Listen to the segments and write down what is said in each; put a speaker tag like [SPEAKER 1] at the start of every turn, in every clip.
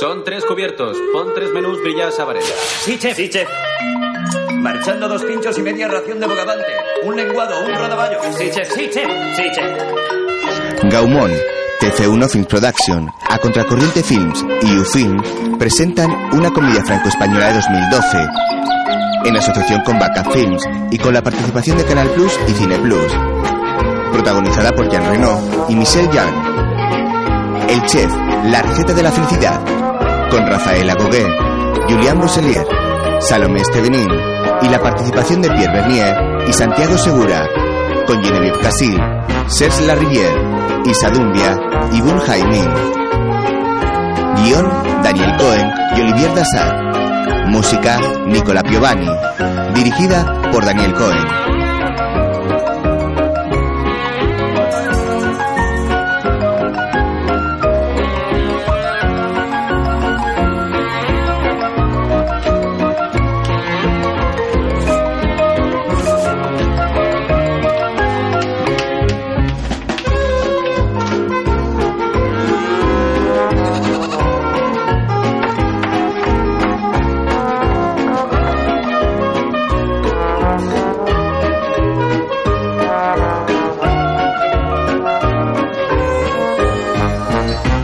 [SPEAKER 1] Son tres cubiertos. Pon tres menús brillas amarela.
[SPEAKER 2] Sí, chef. Sí, chef. Marchando dos pinchos y media ración de bogavante. Un lenguado, un rodaballo. Sí, chef. Sí, chef. Sí, chef.
[SPEAKER 3] Gaumont, TC1 Film Production, A Contracorriente Films y UFILM presentan una comedia franco-española de 2012, en asociación con Vaca Films y con la participación de Canal Plus y Cine Plus, protagonizada por Jean Reno y Michelle Young. El Chef, La Receta de la Felicidad, con Rafaela Goguet, Julián Broselier, Salomé Estevenin y la participación de Pierre Bernier y Santiago Segura, con Genevieve Casil, Serge Larrivière, Isa Dumbia y Bun Jaimin. Guión, Daniel Cohen y Olivier Dassar. Música, Nicola Piovani. Dirigida por Daniel Cohen.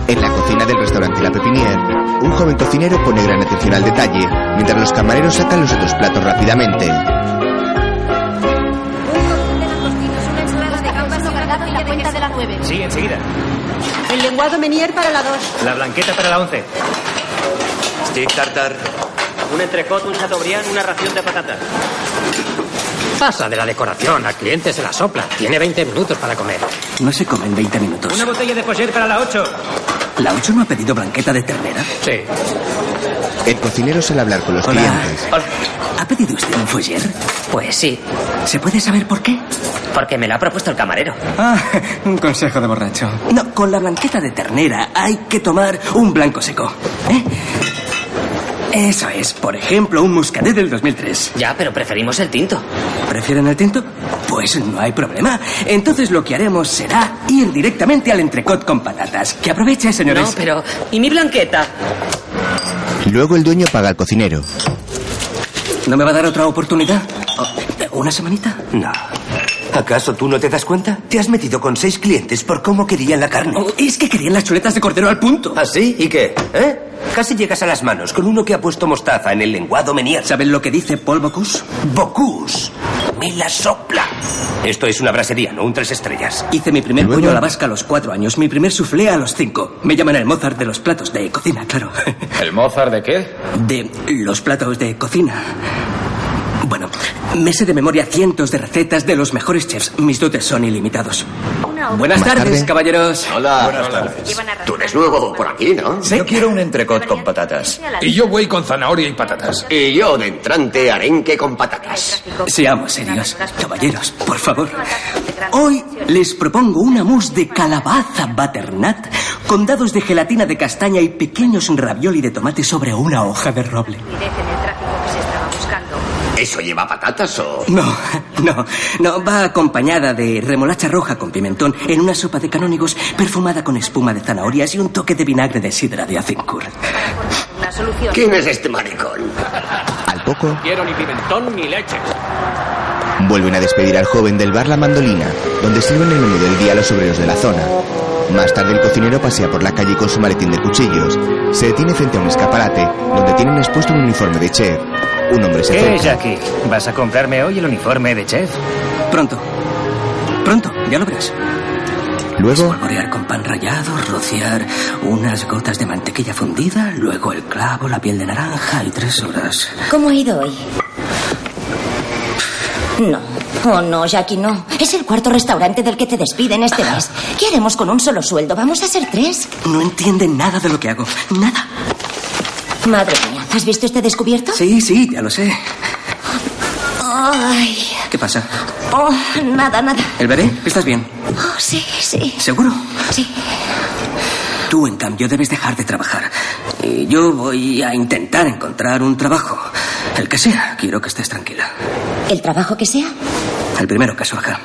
[SPEAKER 3] En la cocina del restaurante La Pepinière, un joven cocinero pone gran atención al detalle, mientras los camareros sacan los otros platos rápidamente.
[SPEAKER 4] Una ensalada de gambas socatado y la cuenta de la 9.
[SPEAKER 2] Sí, enseguida.
[SPEAKER 4] El lenguado menier para la 2.
[SPEAKER 2] La blanqueta para la once.
[SPEAKER 5] Stick tartar.
[SPEAKER 6] Un entrecot, un chateaubriand, una ración de patatas.
[SPEAKER 7] Pasa de la decoración, al cliente se la sopla. Tiene 20 minutos para comer.
[SPEAKER 8] No se comen 20 minutos.
[SPEAKER 6] Una botella de posher para la 8.
[SPEAKER 8] ¿La 8 no ha pedido blanqueta de ternera?
[SPEAKER 7] Sí.
[SPEAKER 3] El cocinero suele hablar con los clientes.
[SPEAKER 8] ¿Ha pedido usted un foyer?
[SPEAKER 9] Pues sí,
[SPEAKER 8] ¿Se puede saber por qué?
[SPEAKER 9] porque me lo ha propuesto el camarero.
[SPEAKER 10] Ah, un consejo de borracho.
[SPEAKER 8] No, con la blanqueta de ternera hay que tomar un blanco seco. ¿eh? Eso es, por ejemplo, un muscadet del 2003.
[SPEAKER 9] Ya, pero preferimos el tinto.
[SPEAKER 8] ¿Prefieren el tinto? Pues no hay problema. Entonces lo que haremos será ir directamente al entrecot con patatas. Que aproveche, señores.
[SPEAKER 9] No, pero... ¿Y mi blanqueta?
[SPEAKER 3] Luego el dueño paga al cocinero.
[SPEAKER 8] ¿No me va a dar otra oportunidad? Oh, ¿Una semanita?
[SPEAKER 5] No. ¿Acaso tú no te das cuenta? Te has metido con seis clientes por cómo querían la carne.
[SPEAKER 8] Oh, es que querían las chuletas de cordero al punto.
[SPEAKER 11] ¿Ah,
[SPEAKER 5] ¿Así? ¿Y qué? ¿Eh? Casi llegas a las manos con uno que ha puesto mostaza en el lenguado menier.
[SPEAKER 8] ¿Saben lo que dice Paul Bocuse?
[SPEAKER 5] Bocús. Me la sopla. Esto es una brasería, no un tres estrellas.
[SPEAKER 8] Hice mi primer
[SPEAKER 3] Luego-
[SPEAKER 8] pollo a la vasca a los cuatro años, mi primer soufflé a los cinco. Me llaman el Mozart de los platos de cocina, claro.
[SPEAKER 1] ¿El Mozart de qué?
[SPEAKER 8] De los platos de cocina. Bueno, me sé de memoria cientos de recetas de los mejores chefs. Mis dotes son ilimitados.
[SPEAKER 4] Una obra.
[SPEAKER 8] Buenas
[SPEAKER 3] Más
[SPEAKER 8] tardes,
[SPEAKER 3] tarde.
[SPEAKER 8] caballeros.
[SPEAKER 12] Hola.
[SPEAKER 4] Iban a arrastrar.
[SPEAKER 5] Tú eres nuevo por aquí, ¿no?
[SPEAKER 12] Yo quiero un entrecot con patatas.
[SPEAKER 4] Sea la
[SPEAKER 10] Y yo voy con zanahoria y patatas.
[SPEAKER 5] Y yo de entrante arenque con
[SPEAKER 4] línea del
[SPEAKER 5] patatas.
[SPEAKER 4] tráfico.
[SPEAKER 8] Seamos serios, caballeros, por favor. Hoy les propongo una mousse de calabaza butternut con dados de gelatina de castaña y pequeños ravioli de tomate sobre una hoja de roble.
[SPEAKER 4] Fluidez en el tráfico que se estaba buscando.
[SPEAKER 5] ¿Eso lleva patatas o...?
[SPEAKER 8] No, no, no, va acompañada de remolacha roja con pimentón en una sopa de canónigos perfumada con espuma de zanahorias y un toque de vinagre de sidra de Azincourt.
[SPEAKER 4] Para formar una solución.
[SPEAKER 5] ¿Quién es este maricón?
[SPEAKER 3] Al poco,
[SPEAKER 6] Quiero ni pimentón ni leche.
[SPEAKER 3] vuelven a despedir al joven del bar La Mandolina, donde sirven el menú del día a los obreros de la zona. Más tarde el cocinero pasea por la calle con su maletín de cuchillos. Se detiene frente a un escaparate, donde tienen expuesto un uniforme de chef. Un hombre se
[SPEAKER 7] ¿Qué,
[SPEAKER 3] acerca.
[SPEAKER 7] Jackie? ¿Vas a comprarme hoy el uniforme de chef?
[SPEAKER 8] Pronto, pronto, ya lo verás.
[SPEAKER 3] Luego,
[SPEAKER 8] Polvorear con pan rallado, rociar unas gotas de mantequilla fundida, luego el clavo, la piel de naranja y tres horas.
[SPEAKER 13] ¿Cómo ha ido hoy? No. Oh, no, Jackie, no. Es el cuarto restaurante del que te despiden este mes. ¿Qué haremos con un solo sueldo? ¿Vamos a ser tres?
[SPEAKER 8] No entienden nada de lo que hago. Nada.
[SPEAKER 13] Madre mía, ¿has visto este descubierto?
[SPEAKER 8] Sí, sí, ya lo sé.
[SPEAKER 13] Ay.
[SPEAKER 8] ¿Qué pasa?
[SPEAKER 13] Oh, nada, nada.
[SPEAKER 8] ¿El bebé? ¿Estás bien?
[SPEAKER 13] Oh, sí, sí.
[SPEAKER 8] ¿Seguro?
[SPEAKER 13] Sí.
[SPEAKER 8] Tú, en cambio, debes dejar de trabajar. Y yo voy a intentar encontrar un trabajo. El que sea, quiero que estés tranquila.
[SPEAKER 13] El trabajo que sea.
[SPEAKER 8] El primero que surja.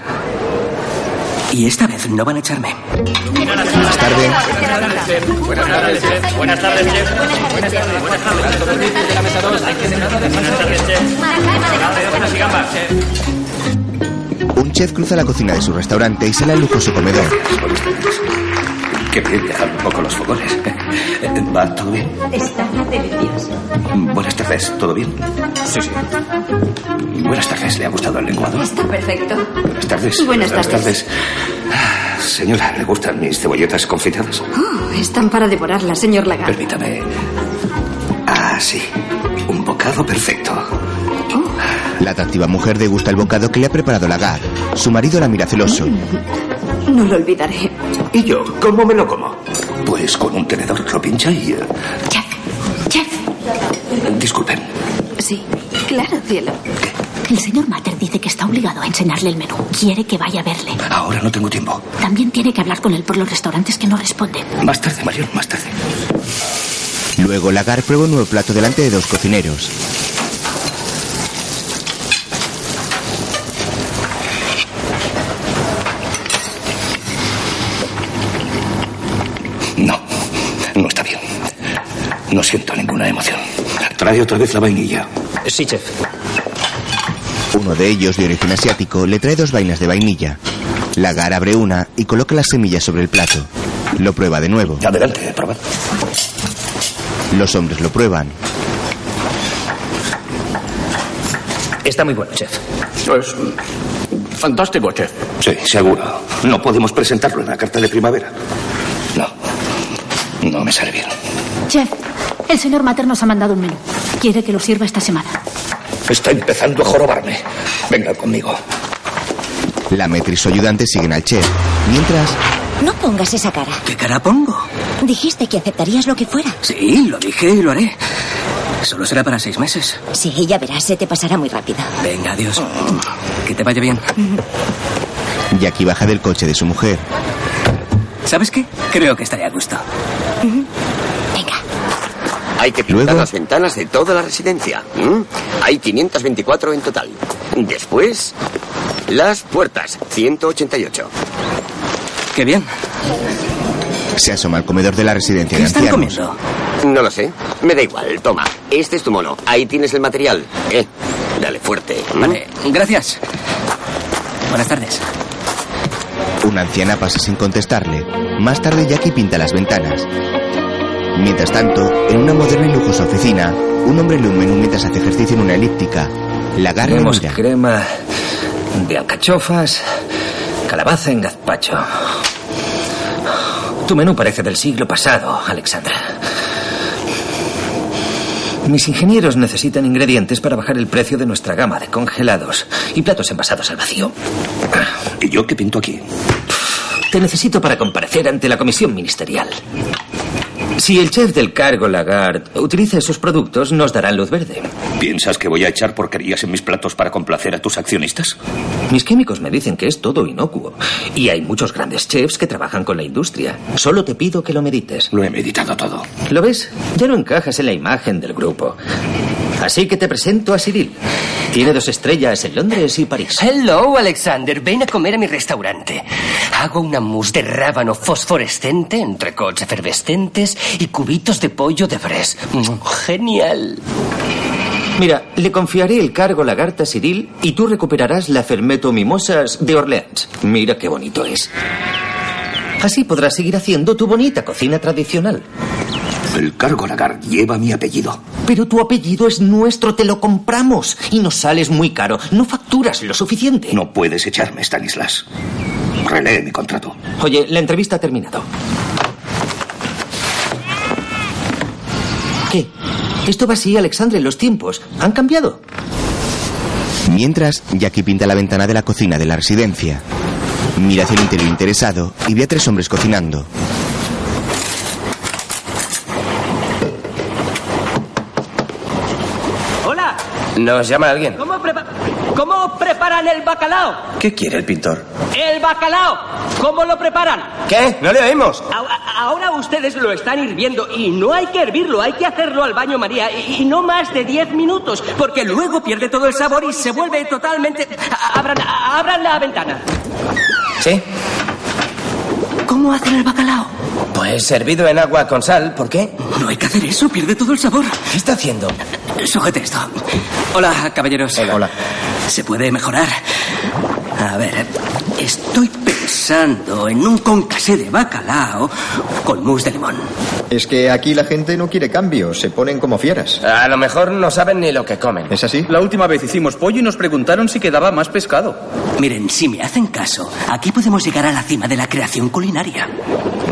[SPEAKER 8] Y esta vez no van a echarme.
[SPEAKER 4] Tenemos que
[SPEAKER 3] tarde,
[SPEAKER 8] Buenas tardes, chef. Buenas tardes, chef. Buenas tardes. Buenas tardes. Buenas de la mesa 2. Hay que Buenas tardes, chef. Buenas tardes,
[SPEAKER 3] un chef cruza la cocina de su restaurante y sale al lujoso comedor.
[SPEAKER 2] Qué bien dejar un poco los fogones. ¿Va todo bien?
[SPEAKER 14] Está delicioso.
[SPEAKER 2] Buenas tardes, ¿todo bien? Sí, sí. Buenas tardes, ¿le ha gustado el lenguado?
[SPEAKER 14] Está perfecto.
[SPEAKER 2] Buenas tardes.
[SPEAKER 14] Buenas tardes.
[SPEAKER 2] Ah, Señora, ¿le gustan mis cebolletas confitadas?
[SPEAKER 14] Oh, están para devorarla, señor Lagarde.
[SPEAKER 2] Permítame. Ah, sí. Un bocado perfecto.
[SPEAKER 3] La atractiva mujer degusta el bocado que le ha preparado Lagar. Su marido la mira celoso.
[SPEAKER 14] No lo olvidaré.
[SPEAKER 2] ¿Y yo? ¿Cómo me lo como? Pues con un tenedor lo pincha y... eh,
[SPEAKER 14] Chef.
[SPEAKER 2] Disculpen.
[SPEAKER 14] Sí, claro, cielo.
[SPEAKER 15] El señor Mater dice que está obligado a enseñarle el menú. Quiere que vaya a verle.
[SPEAKER 2] Ahora no tengo tiempo.
[SPEAKER 15] También tiene que hablar con él por los restaurantes que no responden.
[SPEAKER 2] Más tarde, Marion, más tarde.
[SPEAKER 3] Luego Lagar prueba un nuevo plato delante de dos cocineros.
[SPEAKER 2] No, no está bien. No siento ninguna emoción. Trae otra vez la vainilla. Sí, chef.
[SPEAKER 3] Uno de ellos, de origen asiático, le trae dos vainas de vainilla. Lagar abre una y coloca las semillas sobre el plato. Lo prueba de nuevo.
[SPEAKER 5] eh,
[SPEAKER 2] Adelante, probad.
[SPEAKER 3] Los hombres lo prueban.
[SPEAKER 2] Está muy bueno, chef. Es fantástico, chef. Sí, seguro. No podemos presentarlo en la carta de primavera. No, no me sale bien.
[SPEAKER 15] Chef, el señor Mater nos ha mandado un menú. Quiere que lo sirva esta semana.
[SPEAKER 2] Está empezando a jorobarme. Venga conmigo.
[SPEAKER 3] La metri y su ayudante siguen al chef. Mientras,
[SPEAKER 13] No pongas esa cara.
[SPEAKER 16] ¿Qué cara pongo?
[SPEAKER 13] Dijiste que aceptarías lo que fuera.
[SPEAKER 16] Sí, lo dije y lo haré. Solo será para seis meses.
[SPEAKER 13] Sí, ya verás, se te pasará muy rápido.
[SPEAKER 16] Venga, adiós. Que te vaya bien.
[SPEAKER 3] Jackie baja del coche de su mujer.
[SPEAKER 16] ¿Sabes qué? Creo que estaré a gusto.
[SPEAKER 11] Hay que pintar las ventanas de toda la residencia. ¿m? Hay 524 en total. Después, las puertas, 188.
[SPEAKER 16] Qué bien.
[SPEAKER 3] Se asoma al comedor de la residencia de ancianos.
[SPEAKER 11] No lo sé. Me da igual. Toma. Este es tu mono. Ahí tienes el material. Eh, dale fuerte. Vale,
[SPEAKER 16] gracias. Buenas tardes.
[SPEAKER 3] Una anciana pasa sin contestarle. Más tarde Jackie pinta las ventanas. Mientras tanto, en una moderna y lujosa oficina, un hombre lee un menú mientras hace ejercicio en una elíptica. La agarra y
[SPEAKER 5] Tenemos
[SPEAKER 3] mira.
[SPEAKER 5] crema de alcachofas, calabaza en gazpacho. Tu menú parece del siglo pasado, Alexandra. Mis ingenieros necesitan ingredientes para bajar el precio de nuestra gama de congelados y platos envasados al vacío.
[SPEAKER 2] ¿Y yo qué pinto aquí?
[SPEAKER 5] Te necesito para comparecer ante la comisión ministerial. Si el chef del cargo Lagarde utiliza esos productos, nos darán luz verde.
[SPEAKER 2] ¿Piensas que voy a echar porquerías en mis platos para complacer a tus accionistas?
[SPEAKER 5] Mis químicos me dicen que es todo inocuo. Y hay muchos grandes chefs que trabajan con la industria. Solo te pido que lo medites.
[SPEAKER 2] Lo he meditado todo.
[SPEAKER 5] ¿Lo ves? Ya no encajas en la imagen del grupo. Así que te presento a Cyril. Tiene dos estrellas en Londres y París.
[SPEAKER 17] Hello, Alexander. Ven a comer a mi restaurante. Hago una mousse de rábano fosforescente, entrecots efervescentes y cubitos de pollo de bres. Mm, Genial.
[SPEAKER 5] Mira, le confiaré el cargo Lagarta a Cyril y tú recuperarás la Fermeto Mimosas de Orleans. Mira qué bonito es. Así podrás seguir haciendo tu bonita cocina tradicional.
[SPEAKER 2] El cargo Lagarde lleva mi apellido.
[SPEAKER 5] Pero tu apellido es nuestro, te lo compramos y nos sales muy caro. No facturas lo suficiente.
[SPEAKER 2] No puedes echarme, Stanislas. Relee mi contrato.
[SPEAKER 5] Oye, la entrevista ha terminado. ¿Qué? Esto va así, Alexandre. Los tiempos han cambiado.
[SPEAKER 3] Mientras, Jackie pinta la ventana de la cocina de la residencia. Mira hacia el interior interesado y ve a tres hombres cocinando.
[SPEAKER 8] Hola,
[SPEAKER 11] ¿Nos llama alguien?
[SPEAKER 8] ¿cómo, prepa- ¿cómo preparan el bacalao?
[SPEAKER 11] ¿Qué quiere el pintor?
[SPEAKER 8] ¡El bacalao! ¿Cómo lo preparan?
[SPEAKER 11] ¿Qué? ¿No le oímos?
[SPEAKER 8] A- a- Ahora ustedes lo están hirviendo y no hay que hervirlo, hay que hacerlo al baño María y, y no más de 10 minutos, porque luego pierde todo el sabor y se vuelve totalmente... a- Abran, abran la ventana.
[SPEAKER 5] ¿Sí?
[SPEAKER 16] ¿Cómo hacen el bacalao?
[SPEAKER 18] Eh, Servido en agua con sal, ¿por qué? No hay que hacer eso, pierde todo el sabor. ¿Qué está haciendo?
[SPEAKER 8] Sujete esto. Hola, caballeros. Hola. Se puede mejorar. A ver, estoy pensando en un concasé de bacalao con mousse de limón.
[SPEAKER 19] Es que aquí la gente no quiere cambio, se ponen como fieras.
[SPEAKER 18] A lo mejor no saben ni lo que comen.
[SPEAKER 19] ¿Es así?
[SPEAKER 18] La última vez hicimos pollo y nos preguntaron si quedaba más pescado.
[SPEAKER 8] Miren, si me hacen caso, aquí podemos llegar a la cima de la creación culinaria.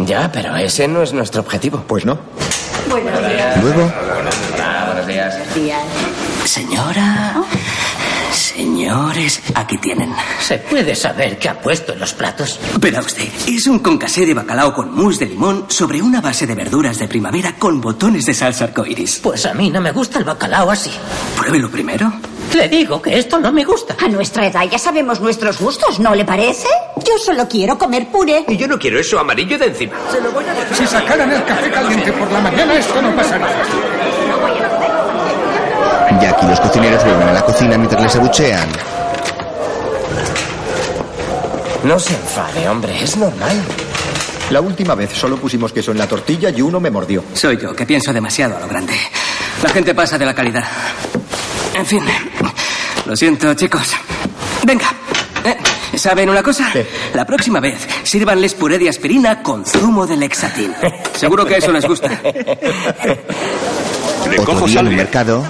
[SPEAKER 18] Ya, pero ese no es nuestro objetivo.
[SPEAKER 19] Pues no.
[SPEAKER 20] Buenos
[SPEAKER 3] Luego,
[SPEAKER 18] buenos días.
[SPEAKER 20] días.
[SPEAKER 8] Señora. Señores, aquí tienen.
[SPEAKER 21] ¿Se puede saber qué ha puesto en los platos?
[SPEAKER 8] Verá usted, es un concasé de bacalao con mousse de limón sobre una base de verduras de primavera con botones de salsa arcoiris.
[SPEAKER 21] Pues a mí no me gusta el bacalao así.
[SPEAKER 8] Pruébelo primero.
[SPEAKER 21] Le digo que esto no me gusta.
[SPEAKER 22] A nuestra edad ya sabemos nuestros gustos, ¿no le parece? Yo solo quiero comer puré.
[SPEAKER 2] Y yo no quiero eso amarillo de encima.
[SPEAKER 23] Si sacaran el café caliente por la mañana, esto no pasaría.
[SPEAKER 3] Jack y los cocineros vuelven a la cocina mientras les abuchean.
[SPEAKER 18] No se enfade, hombre, es normal.
[SPEAKER 19] La última vez solo pusimos queso en la tortilla y uno me mordió.
[SPEAKER 8] Soy yo, que pienso demasiado a lo grande. La gente pasa de la calidad. En fin, lo siento, chicos. Venga, eh, ¿saben una cosa? La próxima vez, sírvanles puré de aspirina con zumo de lexatín. Seguro que eso les gusta.
[SPEAKER 3] Otro día en el mercado,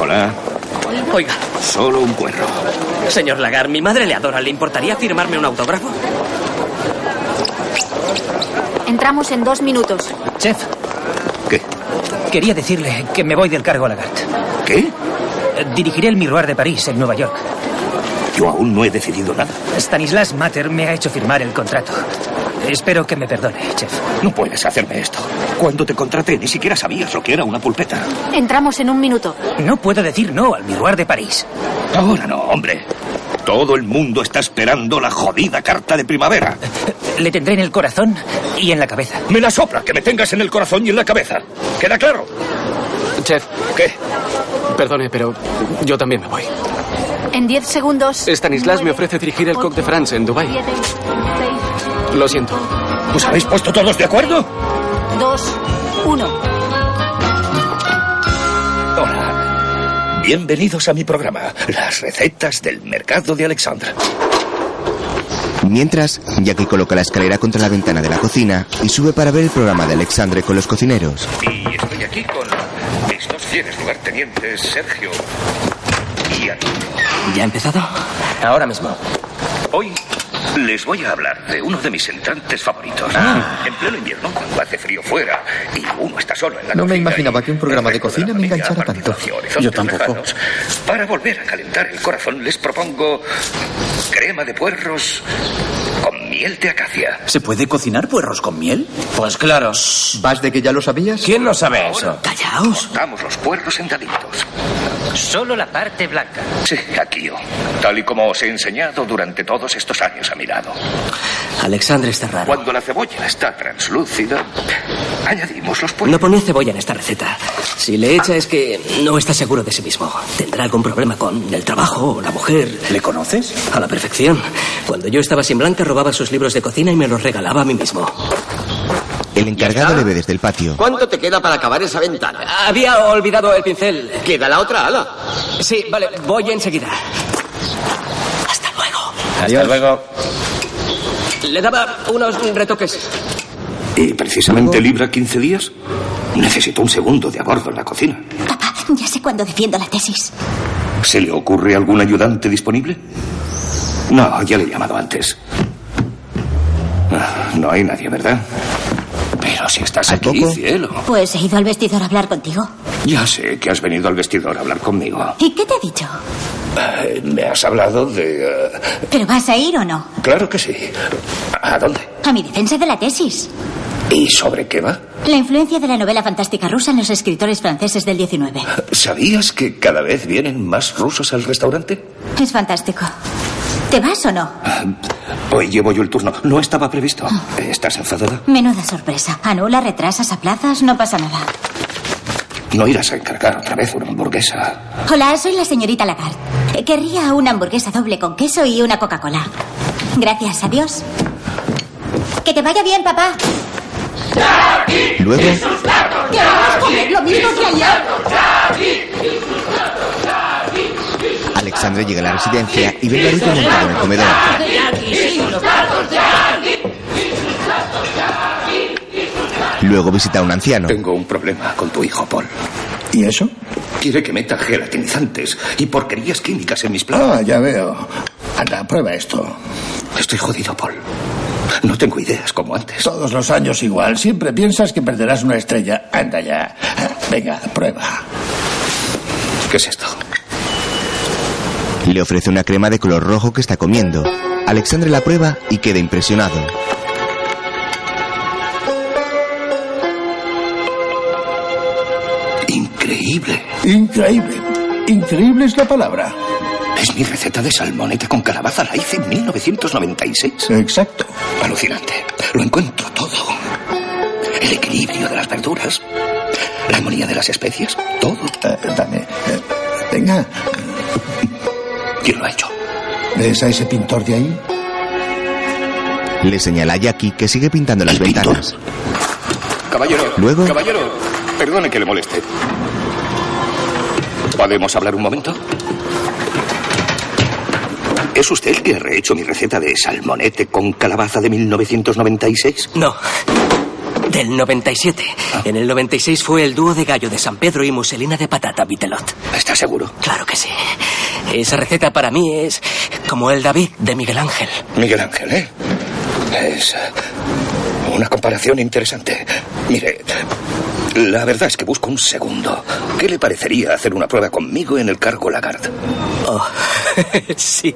[SPEAKER 2] Hola.
[SPEAKER 21] Oiga,
[SPEAKER 2] Solo un puerro.
[SPEAKER 21] señor Lagar, mi madre le adora. ¿Le importaría firmarme un autógrafo?
[SPEAKER 4] Entramos en dos minutos.
[SPEAKER 5] Chef.
[SPEAKER 2] ¿Qué?
[SPEAKER 5] Quería decirle que me voy del cargo Lagarde.
[SPEAKER 2] ¿Qué?
[SPEAKER 5] Eh, Dirigiré el Miroir de París, en Nueva York.
[SPEAKER 2] Yo aún no he decidido nada.
[SPEAKER 5] Stanislas Mater me ha hecho firmar el contrato. Espero que me perdone, chef.
[SPEAKER 2] No puedes hacerme esto. Cuando te contraté ni siquiera sabías lo que era una pulpeta.
[SPEAKER 4] Entramos en un minuto.
[SPEAKER 5] No puedo decir no al Miroir de París.
[SPEAKER 2] Ahora no, hombre. Todo el mundo está esperando la jodida carta de primavera.
[SPEAKER 5] Le tendré en el corazón y en la cabeza.
[SPEAKER 2] Me la sopla que me tengas en el corazón y en la cabeza. ¿Queda claro?
[SPEAKER 24] Chef.
[SPEAKER 2] ¿Qué?
[SPEAKER 24] Perdone, pero yo también me voy.
[SPEAKER 4] En diez segundos.
[SPEAKER 24] Stanislas me ofrece dirigir el Coq de France en Dubai.
[SPEAKER 4] Siete, seis,
[SPEAKER 24] Lo siento.
[SPEAKER 2] ¿Os habéis puesto todos de acuerdo?
[SPEAKER 4] dos, uno.
[SPEAKER 2] Bienvenidos a mi programa, Las recetas del mercado de Alexandra.
[SPEAKER 3] mientras, Jackie coloca la escalera contra la ventana de la cocina y sube para ver el programa de Alexandre con los cocineros.
[SPEAKER 2] Y estoy aquí con mis dos fieles lugartenientes, Sergio y Arturo.
[SPEAKER 8] ¿Ya ha empezado?
[SPEAKER 18] Ahora mismo.
[SPEAKER 2] Hoy les voy a hablar de uno de mis entrantes favoritos.
[SPEAKER 19] Ah.
[SPEAKER 2] En pleno invierno, cuando hace frío fuera y uno está solo en la
[SPEAKER 19] No me
[SPEAKER 2] cocina
[SPEAKER 19] imaginaba que un programa de cocina me enganchara tanto.
[SPEAKER 2] horizontes lejanos, Para volver a calentar el corazón, les propongo crema de puerros con miel de acacia.
[SPEAKER 18] ¿Se puede cocinar puerros con miel? Pues claro.
[SPEAKER 19] ¿Vas de que ya lo sabías?
[SPEAKER 18] ¿Quién no sabe eso?
[SPEAKER 8] Callaos.
[SPEAKER 2] Cortamos los puerros en daditos.
[SPEAKER 21] Solo la parte blanca.
[SPEAKER 2] Sí, aquí, oh, tal y como os he enseñado durante todos estos años a mi lado.
[SPEAKER 8] Alexandre está raro.
[SPEAKER 2] Cuando la cebolla está translúcida, añadimos los puerros.
[SPEAKER 8] No ponía cebolla en esta receta. Si le echa es que no está seguro de sí mismo. Tendrá algún problema con el trabajo o la mujer.
[SPEAKER 18] ¿Le conoces?
[SPEAKER 8] A la perfección. Cuando yo estaba sin blanca robaba sus libros de cocina y me los regalaba a mí mismo.
[SPEAKER 3] El encargado le ve desde el patio.
[SPEAKER 25] ¿Cuánto te queda para acabar esa ventana?
[SPEAKER 8] Había olvidado el pincel.
[SPEAKER 25] Queda la otra ala.
[SPEAKER 8] Sí, vale, voy enseguida. Hasta luego.
[SPEAKER 18] Hasta luego.
[SPEAKER 8] Le daba unos retoques.
[SPEAKER 2] Y precisamente libra 15 días. Necesito un segundo de a bordo en la cocina.
[SPEAKER 22] Papá, ya sé cuándo defiendo la tesis.
[SPEAKER 2] ¿Se le ocurre algún ayudante disponible? No, ya le he llamado antes. Ah, No hay nadie, ¿verdad? Pero si estás aquí, cielo.
[SPEAKER 22] Pues he ido al vestidor a hablar contigo.
[SPEAKER 2] Ya sé que has venido al vestidor a hablar conmigo.
[SPEAKER 22] ¿Y qué te he dicho?
[SPEAKER 2] Eh, Me has hablado de... eh,
[SPEAKER 22] ¿Pero vas a ir o no?
[SPEAKER 2] Claro que sí. ¿A dónde?
[SPEAKER 22] A mi defensa de la tesis.
[SPEAKER 2] ¿Y sobre qué va?
[SPEAKER 22] La influencia de la novela fantástica rusa en los escritores franceses del 19.
[SPEAKER 2] ¿Sabías que cada vez vienen más rusos al restaurante?
[SPEAKER 22] Es fantástico. ¿Te vas o no?
[SPEAKER 2] Hoy llevo yo el turno. No estaba previsto. ¿Estás enfadada?
[SPEAKER 22] Menuda sorpresa. Anula, retrasas, aplazas, no pasa nada.
[SPEAKER 2] No irás a encargar otra vez una hamburguesa.
[SPEAKER 22] Hola, soy la señorita Lagarde. Eh, Querría una hamburguesa doble con queso y una Coca-Cola. Gracias, adiós.
[SPEAKER 13] Que te vaya bien, papá.
[SPEAKER 3] Luego,
[SPEAKER 13] Queremos comer lo mismo que ayer.
[SPEAKER 3] Alexandra llega a la residencia y ve a Garito montado en el comedor. Luego visita a un anciano.
[SPEAKER 2] Tengo un problema con tu hijo, Paul. ¿Y eso? Quiere que meta gelatinizantes y porquerías químicas en mis platos.
[SPEAKER 26] Ah, ya veo. Anda, prueba esto.
[SPEAKER 2] Estoy jodido, Paul. No tengo ideas como antes.
[SPEAKER 26] Todos los años igual. Siempre piensas que perderás una estrella. Anda ya. Venga, prueba.
[SPEAKER 2] ¿Qué es esto?
[SPEAKER 3] Le ofrece una crema de color rojo que está comiendo. Alexandre la prueba y queda impresionado.
[SPEAKER 2] Increíble.
[SPEAKER 26] Increíble. Increíble es la palabra.
[SPEAKER 2] Es mi receta de salmoneta con calabaza. La hice en 1996.
[SPEAKER 26] Exacto.
[SPEAKER 2] Alucinante. Lo encuentro todo. El equilibrio de las verduras. La armonía de las especias. Todo.
[SPEAKER 26] Eh, dame. venga.
[SPEAKER 2] ¿Quién lo ha hecho?
[SPEAKER 26] ¿Ves a ese pintor de ahí?
[SPEAKER 3] Le señala a Jackie que sigue pintando las ventanas.
[SPEAKER 2] Caballero.
[SPEAKER 3] Luego-
[SPEAKER 2] Caballero. Perdone que le moleste. ¿Podemos hablar un momento? ¿Es usted el que ha rehecho mi receta de salmonete con calabaza de 1996?
[SPEAKER 8] No. Del 97.
[SPEAKER 26] Ah.
[SPEAKER 8] En el 96 fue el dúo de gallo de San Pedro y muselina de patata Vitelot.
[SPEAKER 2] ¿Estás seguro?
[SPEAKER 8] Claro que sí. Esa receta para mí es como el David de Miguel Ángel.
[SPEAKER 2] Miguel Ángel, ¿eh? Es eh, una comparación interesante. Mire, la verdad es que busco un segundo. ¿Qué le parecería hacer una prueba conmigo en el cargo Lagarde?
[SPEAKER 8] Oh, sí.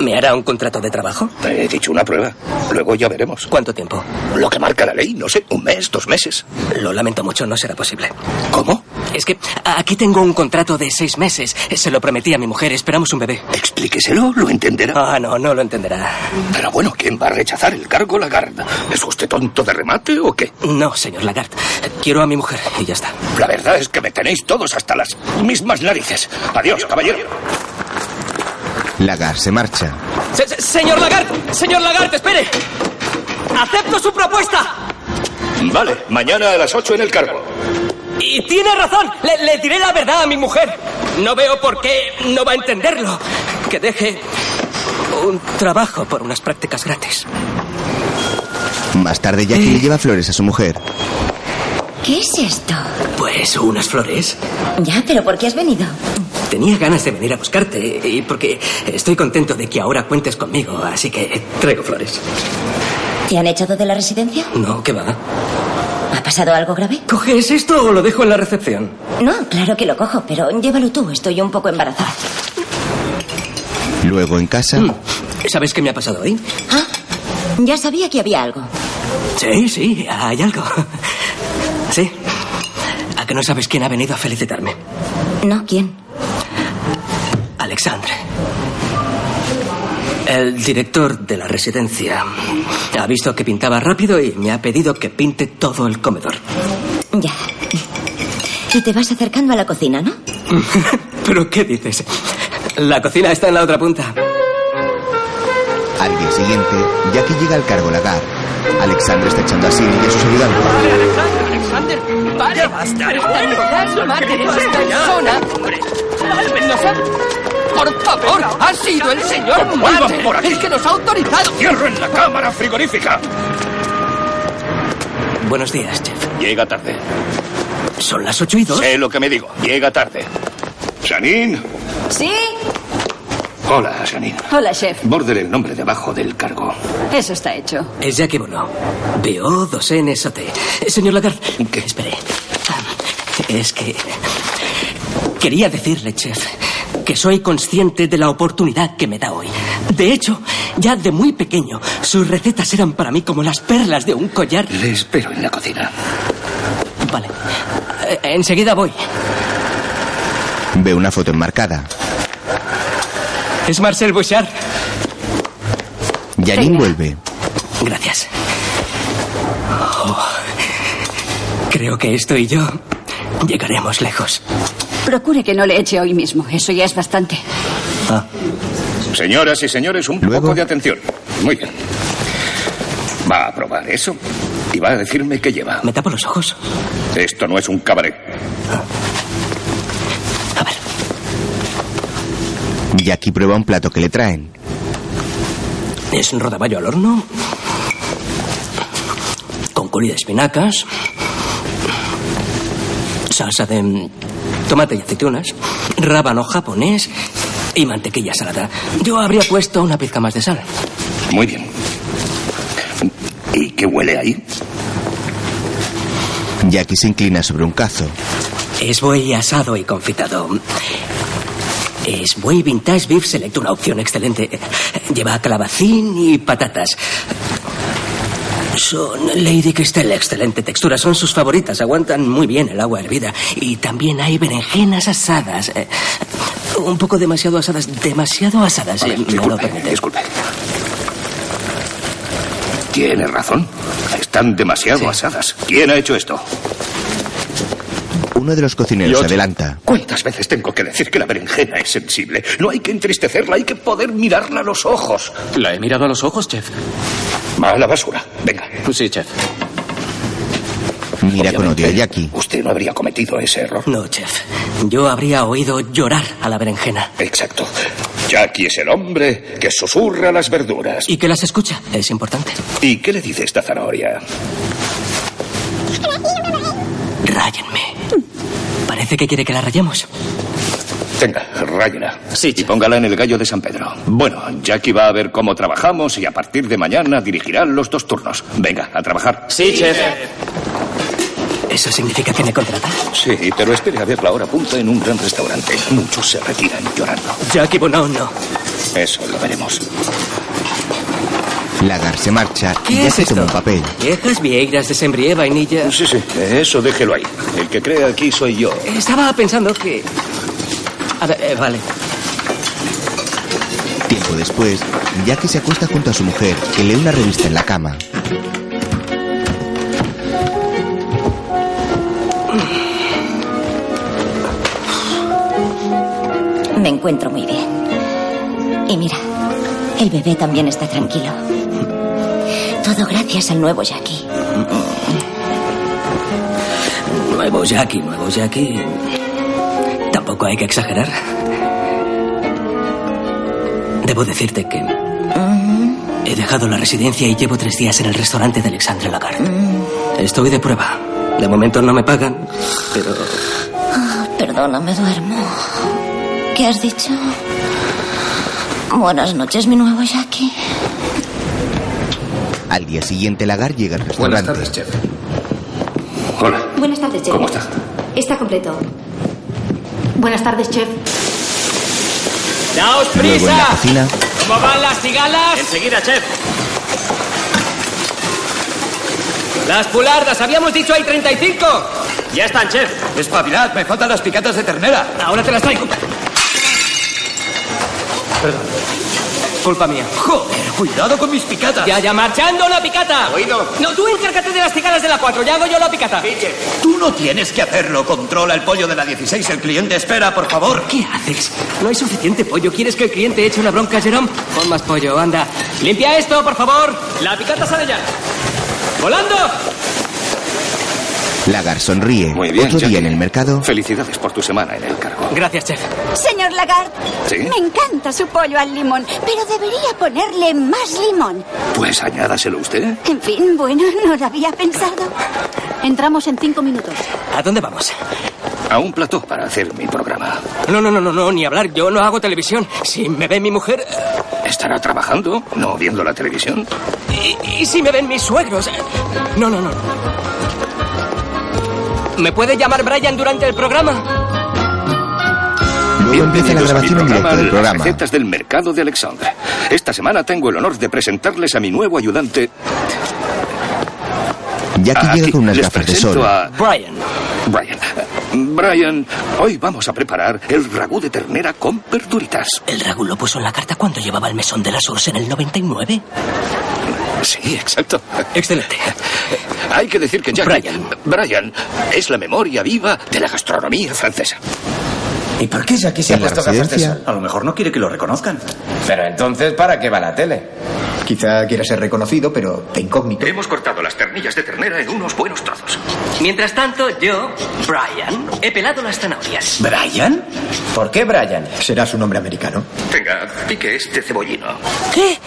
[SPEAKER 8] ¿Me hará un contrato de trabajo?
[SPEAKER 2] He dicho una prueba. Luego ya veremos.
[SPEAKER 8] ¿Cuánto tiempo?
[SPEAKER 2] Lo que marca la ley, no sé, un mes, dos meses.
[SPEAKER 8] Lo lamento mucho, no será posible.
[SPEAKER 2] ¿Cómo?
[SPEAKER 8] Es que aquí tengo un contrato de seis meses. Se lo prometí a mi mujer, esperamos un bebé.
[SPEAKER 26] ¿Eh?
[SPEAKER 2] Explíqueselo, lo entenderá.
[SPEAKER 8] Ah, no, no lo entenderá.
[SPEAKER 2] Pero bueno, ¿quién va a rechazar el cargo Lagarde? ¿Es usted tonto de remate o qué?
[SPEAKER 8] No, señor Lagarde. Quiero a mi mujer y ya está.
[SPEAKER 2] La verdad es que me tenéis todos hasta las mismas narices. Adiós, caballero.
[SPEAKER 3] Lagar se marcha.
[SPEAKER 8] Se- se- señor Lagarde, señor Lagarde, espere. Acepto su propuesta.
[SPEAKER 2] Vale, mañana a las 8 en el cargo.
[SPEAKER 8] Y tiene razón. Le, le diré la verdad a mi mujer. No veo por qué no va a entenderlo. Que deje un trabajo por unas prácticas gratis.
[SPEAKER 3] Más tarde, Jackie le lleva flores a su mujer.
[SPEAKER 13] ¿Qué es esto?
[SPEAKER 8] Pues unas flores.
[SPEAKER 13] Ya, pero ¿por qué has venido?
[SPEAKER 8] Tenía ganas de venir a buscarte y porque estoy contento de que ahora cuentes conmigo, así que traigo flores.
[SPEAKER 13] ¿Te han echado de la residencia?
[SPEAKER 8] No, ¿qué va?
[SPEAKER 13] ¿Ha pasado algo grave?
[SPEAKER 8] ¿Coges esto o lo dejo en la recepción?
[SPEAKER 13] No, claro que lo cojo, pero llévalo tú. Estoy un poco embarazada.
[SPEAKER 3] Luego, en casa,
[SPEAKER 8] ¿Sabes qué me ha pasado hoy?
[SPEAKER 13] Ah, Ya sabía que había algo.
[SPEAKER 8] Sí, sí, hay algo. Sí. ¿A que no sabes quién ha venido a felicitarme?
[SPEAKER 13] ¿No? ¿Quién?
[SPEAKER 8] Alexandre. El director de la residencia ha visto que pintaba rápido y me ha pedido que pinte todo el comedor.
[SPEAKER 13] Ya. Y te vas acercando a la cocina, ¿no?
[SPEAKER 8] ¿Pero qué dices? La cocina está en la otra punta.
[SPEAKER 3] al día siguiente, Jackie llega al cargo Lagar. Alexandre está echando a Siri y a sus ayudantes.
[SPEAKER 8] Alexander, vale, basta.
[SPEAKER 27] Por favor, ha sido el señor
[SPEAKER 2] Vuelvan
[SPEAKER 27] Mater
[SPEAKER 2] por aquí.
[SPEAKER 27] el que nos ha autorizado.
[SPEAKER 2] ¡Cierren la cámara frigorífica!
[SPEAKER 8] Buenos días, chef.
[SPEAKER 2] Llega tarde.
[SPEAKER 8] Son las ocho y dos.
[SPEAKER 2] Sé lo que me digo. Llega tarde. Janine.
[SPEAKER 14] ¿Sí?
[SPEAKER 2] Hola, Janine.
[SPEAKER 14] Hola, chef.
[SPEAKER 2] Bordele el nombre debajo del cargo.
[SPEAKER 14] Eso está hecho.
[SPEAKER 8] Es Jackie Bono. bo 2 n Sote. Eh, Señor Lagarde.
[SPEAKER 2] ¿Qué?
[SPEAKER 8] Espere. Ah, Es que. Quería decirle, chef, que soy consciente de la oportunidad que me da hoy. De hecho, ya de muy pequeño, sus recetas eran para mí como las perlas de un collar.
[SPEAKER 2] Le espero en la cocina.
[SPEAKER 8] Vale. Eh, Enseguida voy.
[SPEAKER 3] Ve una foto enmarcada.
[SPEAKER 8] Es Marcel Bouchard.
[SPEAKER 3] Janine vuelve.
[SPEAKER 8] Gracias. Oh, creo que esto y yo llegaremos lejos.
[SPEAKER 14] Procure que no le eche hoy mismo. Eso ya es bastante.
[SPEAKER 8] Ah,
[SPEAKER 2] Señoras y señores, un poco de atención. Muy bien. Va a probar eso y va a decirme qué lleva.
[SPEAKER 8] Me tapo los ojos.
[SPEAKER 2] Esto no es un cabaret.
[SPEAKER 3] Jackie prueba un plato que le traen.
[SPEAKER 8] Es un rodaballo al horno. Con curry de espinacas. Salsa de mm, tomate y aceitunas. Rábano japonés. Y mantequilla salada. Yo habría puesto una pizca más de sal.
[SPEAKER 2] Muy bien. ¿Y qué huele ahí?
[SPEAKER 3] Jackie se inclina sobre un cazo.
[SPEAKER 8] Es buey asado y confitado. Es buey vintage beef select, una opción excelente. Lleva calabacín y patatas. Son Lady Cristel, excelente textura. Son sus favoritas. Aguantan muy bien el agua hervida. Y también hay berenjenas asadas. Eh, Un poco demasiado asadas. Demasiado asadas. eh, me lo permite.
[SPEAKER 2] Disculpe. Tiene razón. Están demasiado asadas. ¿Quién ha hecho esto?
[SPEAKER 3] Uno de los cocineros se adelanta.
[SPEAKER 2] ¿Cuántas veces tengo que decir que la berenjena es sensible? No hay que entristecerla, hay que poder mirarla a los ojos.
[SPEAKER 28] La he mirado a los ojos, chef.
[SPEAKER 2] A la basura. Venga.
[SPEAKER 28] Sí, chef.
[SPEAKER 3] Mira con odio a Jackie.
[SPEAKER 2] Usted no habría cometido ese error.
[SPEAKER 8] No, chef. Yo habría oído llorar a la berenjena.
[SPEAKER 2] Exacto. Jackie es el hombre que susurra las verduras.
[SPEAKER 8] Y que las escucha. Es importante.
[SPEAKER 2] ¿Y qué le dice esta zanahoria?
[SPEAKER 8] Ráyenme. Parece que quiere que la rayemos.
[SPEAKER 2] Tenga, ráyela. Sí, y póngala en el gallo de San Pedro. Bueno, Jackie va a ver cómo trabajamos y a partir de mañana dirigirá los dos turnos. Venga, a trabajar.
[SPEAKER 28] Sí, chef.
[SPEAKER 8] ¿Eso significa que me contrata?
[SPEAKER 2] Sí, pero espere a ver la hora punta en un gran restaurante. Muchos se retiran llorando.
[SPEAKER 8] Jackie Bonao no.
[SPEAKER 2] Eso lo veremos.
[SPEAKER 3] Lagar se marcha y
[SPEAKER 8] ¿Qué
[SPEAKER 3] Jackie
[SPEAKER 8] es esto?
[SPEAKER 3] toma un papel.
[SPEAKER 8] Viejas vieiras de sembrie, vainilla.
[SPEAKER 2] Sí, sí, eso déjelo ahí. El que cree aquí soy yo.
[SPEAKER 8] Estaba pensando que. A ver, eh, vale.
[SPEAKER 3] Tiempo después, Jackie se acuesta junto a su mujer, que lee una revista en la cama.
[SPEAKER 13] Me encuentro muy bien. Y mira, el bebé también está tranquilo. Todo gracias al nuevo Jackie.
[SPEAKER 8] Nuevo Jackie, nuevo Jackie. Tampoco hay que exagerar. Debo decirte que. He dejado la residencia y llevo tres días en el restaurante de Alexandre Lagarde. Estoy de prueba. De momento no me pagan, pero.
[SPEAKER 13] Ah, perdóname, duermo. ¿Qué has dicho? Buenas noches, mi nuevo Jackie.
[SPEAKER 3] Al día siguiente, Lagar llega al restaurante.
[SPEAKER 2] Hola.
[SPEAKER 22] Buenas tardes, chef.
[SPEAKER 2] ¿Cómo está?
[SPEAKER 22] Está completo. Buenas tardes, chef.
[SPEAKER 29] ¡Daos
[SPEAKER 3] Luego en la
[SPEAKER 29] prisa!
[SPEAKER 3] cocina,
[SPEAKER 29] ¿Cómo van las cigalas? Enseguida, chef. Las pulardas, habíamos dicho hay 35. Ya están, chef.
[SPEAKER 27] Espabilad, me faltan las picatas de ternera.
[SPEAKER 29] Ahora te las traigo. Culpa mía.
[SPEAKER 27] Joder, cuidado con mis picatas.
[SPEAKER 29] Ya, ya, marchando la picata. Oído. No, tú encárgate de las cigalas de la 4, ya hago yo la picata.
[SPEAKER 27] Tú no tienes que hacerlo. Controla el pollo de la 16. El cliente espera, por favor.
[SPEAKER 8] ¿Qué haces?
[SPEAKER 29] No hay suficiente pollo. ¿Quieres que el cliente eche una bronca, Jerome? Pon más pollo, anda. Limpia esto, por favor. La picata sale ya. ¡Volando!
[SPEAKER 3] Lagar sonríe.
[SPEAKER 2] Muy bien,
[SPEAKER 3] Otro
[SPEAKER 2] Jackie.
[SPEAKER 3] día en el mercado,
[SPEAKER 2] Felicidades por tu semana en el cargo.
[SPEAKER 29] Gracias, chef.
[SPEAKER 21] Señor Lagarde,
[SPEAKER 2] ¿Sí?
[SPEAKER 21] me encanta su pollo al limón, pero debería ponerle más limón.
[SPEAKER 2] Pues añádaselo usted.
[SPEAKER 21] En fin, bueno, no lo había pensado. Entramos en cinco minutos.
[SPEAKER 8] ¿A dónde vamos?
[SPEAKER 2] A un plató para hacer mi programa.
[SPEAKER 8] No, no, no, no, no, ni hablar. Yo no hago televisión. Si me ve mi mujer eh,
[SPEAKER 2] ¿Estará trabajando? ¿No viendo la televisión?
[SPEAKER 8] y, y si me ven mis suegros. eh, No, no, no. ¿Me puede llamar Brian durante el programa?
[SPEAKER 3] luego empieza la
[SPEAKER 2] Bienvenidos a mi
[SPEAKER 3] grabación en directo del
[SPEAKER 2] las
[SPEAKER 3] programa.
[SPEAKER 2] Recetas del mercado de Alexandra. Esta semana tengo el honor de presentarles a mi nuevo ayudante. Ah,
[SPEAKER 3] Jackie
[SPEAKER 2] Aquí
[SPEAKER 3] llega con unas
[SPEAKER 2] les
[SPEAKER 3] gafas de
[SPEAKER 2] presento
[SPEAKER 3] sol.
[SPEAKER 2] a
[SPEAKER 8] Brian.
[SPEAKER 2] Brian. Brian, hoy vamos a preparar el ragú de ternera con verduritas.
[SPEAKER 8] El Ragu lo puso en la carta cuando llevaba el mesón de las Urs en el 99.
[SPEAKER 2] Pues Sí, exacto.
[SPEAKER 8] Excelente.
[SPEAKER 2] Hay que decir que Jackie... Brian. es la memoria viva de la gastronomía francesa.
[SPEAKER 27] ¿Y por qué Jackie
[SPEAKER 3] se ha En la puesto gafas de residencia.
[SPEAKER 27] A lo mejor no quiere que lo reconozcan.
[SPEAKER 12] Pero entonces, ¿para qué va la tele?
[SPEAKER 30] Quizá quiera ser reconocido, pero de incógnito.
[SPEAKER 2] Hemos cortado las ternillas de ternera en unos buenos trozos.
[SPEAKER 29] Mientras tanto, yo, Brian, he pelado las zanahorias.
[SPEAKER 27] ¿Brian? ¿Por qué Brian?
[SPEAKER 30] Será su nombre americano.
[SPEAKER 2] Tenga, pique este cebollino.
[SPEAKER 8] ¿Qué?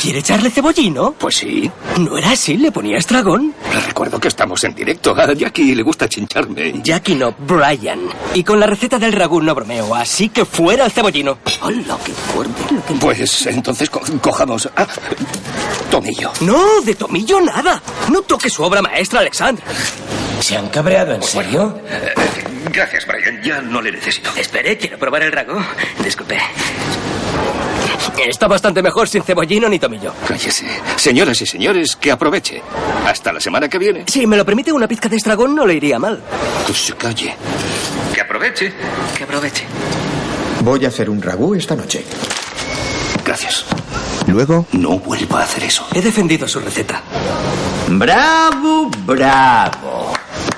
[SPEAKER 8] ¿Quiere echarle cebollino?
[SPEAKER 2] Pues sí.
[SPEAKER 8] ¿No era así? ¿Le ponía estragón?
[SPEAKER 2] Le recuerdo que estamos en directo. A Jackie le gusta chincharme.
[SPEAKER 8] Jackie no, Brian. Y con la receta del ragú no bromeo, así que fuera el cebollino.
[SPEAKER 2] ¡Hola, qué fuerte! Lo que... Pues entonces co- cojamos... Ah, tomillo.
[SPEAKER 8] No, de tomillo nada. No toque su obra maestra, Alexandra.
[SPEAKER 27] ¿Se han cabreado en serio?
[SPEAKER 2] Eh, gracias, Brian. Ya no le necesito.
[SPEAKER 29] Espere, quiero probar el ragú. Disculpe.
[SPEAKER 8] Está bastante mejor sin cebollino ni tomillo.
[SPEAKER 2] Cállese. Señoras y señores, que aproveche. Hasta la semana que viene.
[SPEAKER 8] Si me lo permite una pizca de estragón, no le iría mal.
[SPEAKER 2] Que se calle. Que aproveche.
[SPEAKER 29] Que aproveche.
[SPEAKER 30] Voy a hacer un ragú esta noche.
[SPEAKER 2] Gracias.
[SPEAKER 3] Luego.
[SPEAKER 2] No vuelva a hacer eso.
[SPEAKER 8] He defendido su receta.
[SPEAKER 5] ¡Bravo, bravo!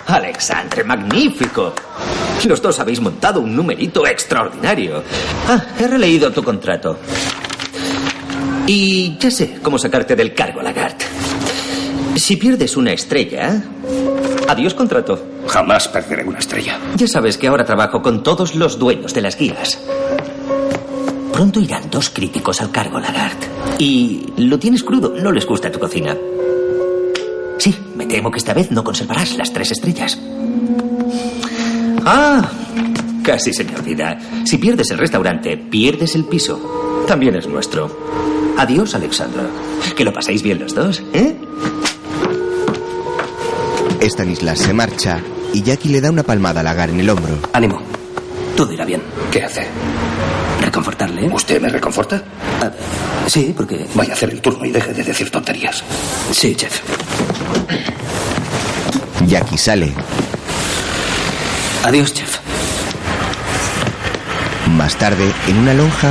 [SPEAKER 5] Alexandre, magnífico. Los dos habéis montado un numerito extraordinario. Ah, he releído tu contrato. Y ya sé cómo sacarte del cargo, Lagarde. Si pierdes una estrella, adiós contrato.
[SPEAKER 2] Jamás perderé una estrella.
[SPEAKER 5] Ya sabes que ahora trabajo con todos los dueños de las guías. Pronto irán dos críticos al cargo, Lagarde. Y lo tienes crudo, no les gusta tu cocina. Sí, me temo que esta vez no conservarás las tres estrellas. Ah, casi se me olvida. Si pierdes el restaurante, pierdes el piso. También es nuestro. Adiós, Alexandra. Que lo paséis bien los dos, ¿eh?
[SPEAKER 3] Stanislas se marcha y Jackie le da una palmada a Lagar en el hombro.
[SPEAKER 8] Ánimo. Todo irá bien.
[SPEAKER 2] ¿Qué hace?
[SPEAKER 8] Reconfortarle. ¿eh?
[SPEAKER 2] ¿Usted me reconforta?
[SPEAKER 8] Ah, sí, porque...
[SPEAKER 2] Vaya a hacer el turno y deje de decir tonterías.
[SPEAKER 8] Sí, chef.
[SPEAKER 3] Jackie sale.
[SPEAKER 8] Adiós, chef.
[SPEAKER 3] Más tarde, en una lonja,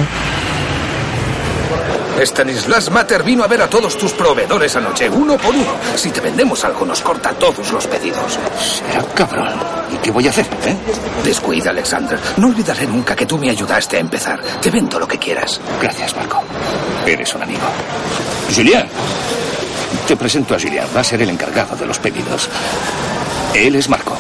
[SPEAKER 31] Stanislas Mater vino a ver a todos tus proveedores anoche, uno por uno. Si te vendemos algo, nos corta todos los pedidos.
[SPEAKER 2] Será cabrón. ¿Y qué voy a hacer, eh?
[SPEAKER 31] Descuida, Alexander. No olvidaré nunca que tú me ayudaste a empezar. Te vendo lo que quieras.
[SPEAKER 2] Gracias, Marco. Eres un amigo. Julián. Te presento a Julián. Va a ser el encargado de los pedidos. Él es Marco.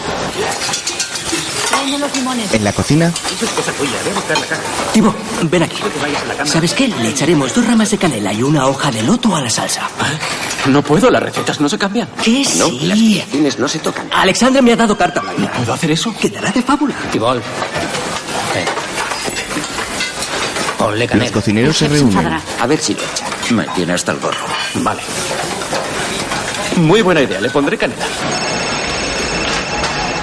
[SPEAKER 4] Tráeme los limones.
[SPEAKER 3] en la cocina,
[SPEAKER 7] Eso es cosa tuya, ve a buscar la caja.
[SPEAKER 8] Tibo, ven aquí.
[SPEAKER 7] No te vayas a la cama.
[SPEAKER 8] ¿Sabes qué? Le echaremos dos ramas de canela y una hoja de loto a la salsa.
[SPEAKER 28] ¿Eh? No puedo, las recetas no se cambian.
[SPEAKER 8] ¿Qué
[SPEAKER 11] No, las
[SPEAKER 8] sí?
[SPEAKER 11] creaciones no se tocan.
[SPEAKER 8] Alexandra me ha dado carta blanca.
[SPEAKER 28] ¿Puedo hacer eso?
[SPEAKER 8] Quedará de fábula.
[SPEAKER 7] Tibol.
[SPEAKER 5] Eh.
[SPEAKER 7] Ven. Ponle
[SPEAKER 3] los
[SPEAKER 7] canela.
[SPEAKER 3] cocineros se reúnen.
[SPEAKER 11] A ver si lo echa.
[SPEAKER 5] Me tiene hasta el gorro.
[SPEAKER 7] Vale.
[SPEAKER 28] Muy buena idea, le pondré canela.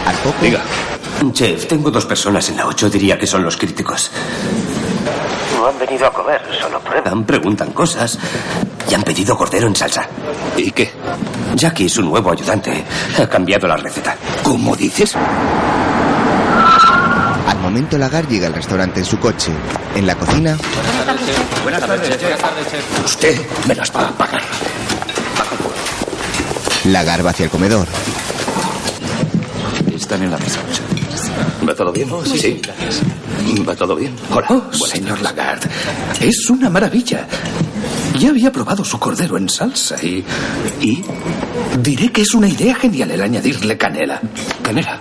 [SPEAKER 3] Al poco,
[SPEAKER 2] Diga,
[SPEAKER 5] Chef, tengo dos personas en la 8, diría que son los críticos.
[SPEAKER 17] No han venido a comer, solo prueba.
[SPEAKER 5] Dan, preguntan cosas y han pedido cordero en salsa.
[SPEAKER 2] ¿y qué?
[SPEAKER 5] Jackie, su nuevo ayudante, ha cambiado la receta.
[SPEAKER 2] ¿Cómo dices?
[SPEAKER 3] al momento Lagar llega al restaurante en su coche. En la cocina,
[SPEAKER 7] Buenas tardes, chef. Buenas tardes, chef.
[SPEAKER 2] Usted me las va a pagar.
[SPEAKER 3] Lagar va hacia el comedor.
[SPEAKER 11] Están en la mesa.
[SPEAKER 2] ¿Va todo bien? sí, sí. ¿Va todo bien? Oh,
[SPEAKER 31] Hola, Oh, señor Lagarde. Es una maravilla. Ya había probado su cordero en salsa y. ¿Y? Diré que es una idea genial el añadirle canela.
[SPEAKER 2] ¿Canela?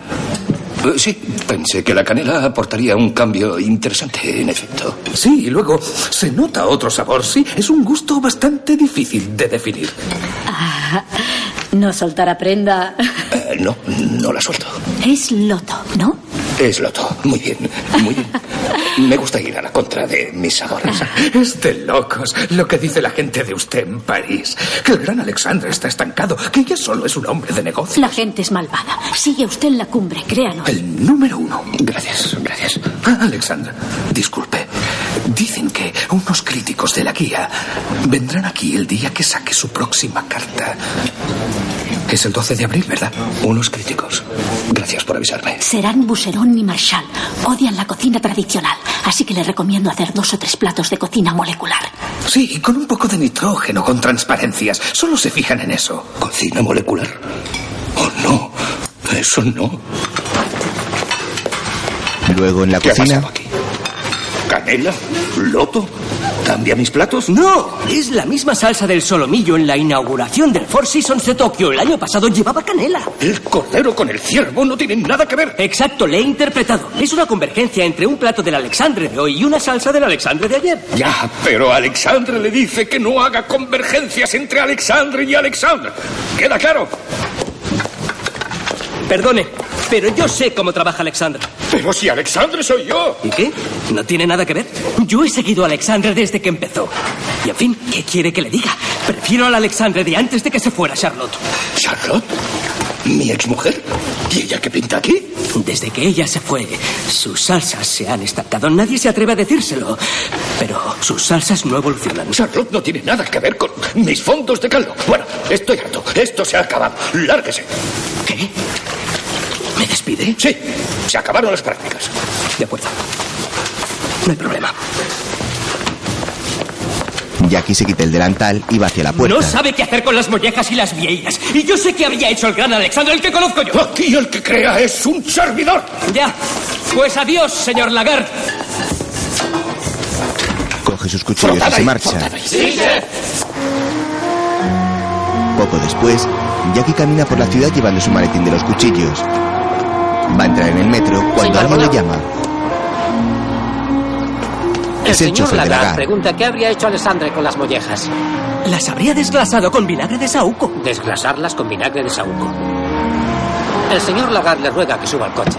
[SPEAKER 2] Eh, sí, pensé que la canela aportaría un cambio interesante, en efecto.
[SPEAKER 31] Sí, y luego se nota otro sabor, sí. Es un gusto bastante difícil de definir.
[SPEAKER 22] No soltará prenda.
[SPEAKER 2] Eh, no, no la suelto.
[SPEAKER 22] Es loto, ¿no?
[SPEAKER 2] Es loto. Muy bien, muy bien. Me gusta ir a la contra de mis sabores.
[SPEAKER 31] Es de locos lo que dice la gente de usted en París. Que el gran Alexandre está estancado, que ya solo es un hombre de negocio.
[SPEAKER 22] La gente es malvada. Sigue usted en la cumbre, créalo.
[SPEAKER 31] El número uno.
[SPEAKER 2] Gracias, gracias.
[SPEAKER 31] Ah, Alexandre, disculpe. Dicen que unos críticos de la guía vendrán aquí el día que saque su próxima carta. Es el 12 de abril, ¿verdad?
[SPEAKER 2] Unos críticos. Gracias por avisarme.
[SPEAKER 22] Serán Buserón y Marshall. Odian la cocina tradicional, así que le recomiendo hacer dos o tres platos de cocina molecular.
[SPEAKER 31] Sí, y con un poco de nitrógeno, con transparencias. Solo se fijan en eso.
[SPEAKER 2] ¿Cocina molecular? Oh, no. Eso no.
[SPEAKER 3] Luego en la
[SPEAKER 2] ¿Qué ha
[SPEAKER 3] cocina,
[SPEAKER 2] pasado aquí? ¿Canela? ¿Loto? ¿Cambia mis platos?
[SPEAKER 8] No, es la misma salsa del solomillo en la inauguración del Four Seasons de Tokio. El año pasado llevaba canela.
[SPEAKER 2] El cordero con el ciervo no tienen nada que ver.
[SPEAKER 8] Exacto, le he interpretado. Es una convergencia entre un plato del Alexandre de hoy y una salsa del Alexandre de ayer.
[SPEAKER 2] Ya, pero Alexandre le dice que no haga convergencias entre Alexandre y Alexandre. ¿Queda claro?
[SPEAKER 8] Perdone, pero yo sé cómo trabaja Alexandre.
[SPEAKER 2] Pero si Alexandre soy yo.
[SPEAKER 8] ¿Y qué? ¿No tiene nada que ver? Yo he seguido a Alexandre desde que empezó. Y en fin, ¿qué quiere que le diga? Prefiero al Alexandre de antes de que se fuera Charlotte.
[SPEAKER 2] ¿Charlotte? ¿Mi exmujer? ¿Y ella qué pinta aquí?
[SPEAKER 8] Desde que ella se fue, sus salsas se han estancado. Nadie se atreve a decírselo. Pero sus salsas no evolucionan.
[SPEAKER 2] Charlotte no tiene nada que ver con mis fondos de caldo. Bueno, estoy harto. Esto se ha acabado. Lárguese.
[SPEAKER 8] ¿Qué? ¿Me despide?
[SPEAKER 2] Sí, se acabaron las prácticas.
[SPEAKER 8] De acuerdo. No hay problema.
[SPEAKER 3] Jackie se quita el delantal y va hacia la puerta.
[SPEAKER 8] No sabe qué hacer con las mollejas y las vieiras. Y yo sé qué habría hecho el gran Alexander, el que conozco yo.
[SPEAKER 2] Aquí el que crea es un servidor.
[SPEAKER 8] Ya. Pues adiós, señor Lagarde.
[SPEAKER 3] Coge sus cuchillos y se marcha.
[SPEAKER 2] Sí,
[SPEAKER 3] Poco después, Jackie camina por la ciudad llevando su maletín de los cuchillos. Va a entrar en el metro cuando alguien le llama.
[SPEAKER 7] El
[SPEAKER 3] Es el
[SPEAKER 7] señor
[SPEAKER 3] chofer de la
[SPEAKER 7] Lagarde
[SPEAKER 3] GAR.
[SPEAKER 7] pregunta qué habría hecho Alessandre con las mollejas.
[SPEAKER 8] Las habría desglasado con vinagre de saúco.
[SPEAKER 7] Desglasarlas con vinagre de saúco. El señor Lagarde le ruega que suba al coche.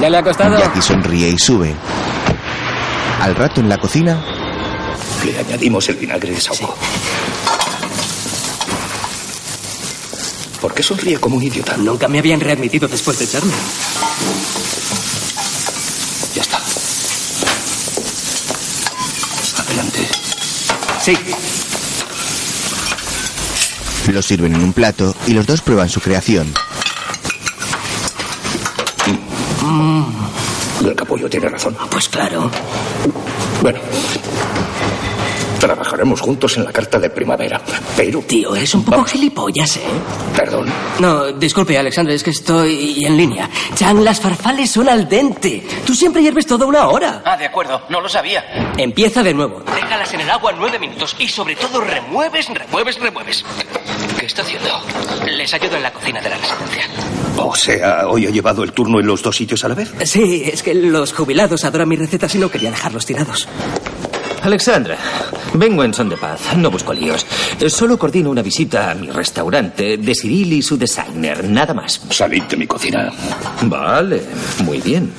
[SPEAKER 7] ¿Ya le ha costado?
[SPEAKER 3] Jackie sonríe y sube. Al rato en la cocina,
[SPEAKER 2] Le añadimos el vinagre de saúco. ¿Por qué sonríe como un idiota?
[SPEAKER 8] Nunca me habían readmitido después de echarme.
[SPEAKER 2] Ya está. Adelante.
[SPEAKER 8] Sí.
[SPEAKER 3] lo sirven en un plato y los dos prueban su creación.
[SPEAKER 2] El capullo tiene razón.
[SPEAKER 8] Pues claro.
[SPEAKER 2] Bueno. Trabajaremos juntos en la carta de primavera. Pero.
[SPEAKER 8] Tío, es un poco gilipollas, ¿eh?
[SPEAKER 2] Perdón.
[SPEAKER 8] No, disculpe, Alexandre, es que estoy en línea. Chan, las farfales son al dente. Tú siempre hierves toda una hora.
[SPEAKER 17] Ah, de acuerdo, no lo sabía.
[SPEAKER 8] Empieza de nuevo.
[SPEAKER 17] Déjalas en el agua nueve minutos y sobre todo remueves, remueves, remueves. ¿Qué está haciendo? Les ayudo en la cocina de la residencia.
[SPEAKER 2] O sea, hoy he llevado el turno en los dos sitios a la vez.
[SPEAKER 8] Sí, es que los jubilados adoran mis recetas y no quería dejarlos tirados.
[SPEAKER 5] Alexandra, vengo en son de paz, no busco líos. Solo coordino una visita a mi restaurante de Cyril y su designer, nada más.
[SPEAKER 2] Salid de mi cocina.
[SPEAKER 5] Vale, muy bien.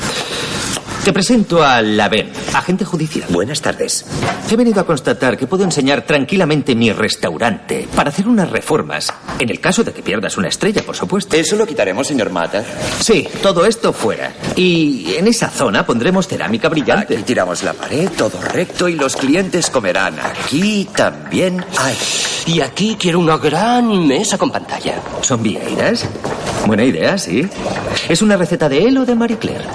[SPEAKER 5] Te presento a Laven, agente judicial. Buenas tardes. He venido a constatar que puedo enseñar tranquilamente mi restaurante para hacer unas reformas. En el caso de que pierdas una estrella, por supuesto.
[SPEAKER 12] Eso lo quitaremos, señor Mata.
[SPEAKER 5] Sí, todo esto fuera. Y en esa zona pondremos cerámica brillante.
[SPEAKER 12] Aquí tiramos la pared, todo recto, y los clientes comerán aquí también.
[SPEAKER 5] Ah,
[SPEAKER 12] Ay,
[SPEAKER 17] Y aquí quiero una gran mesa con pantalla.
[SPEAKER 5] ¿Son vieiras? Buena idea, sí. ¿Es una receta de él o de Marie Claire?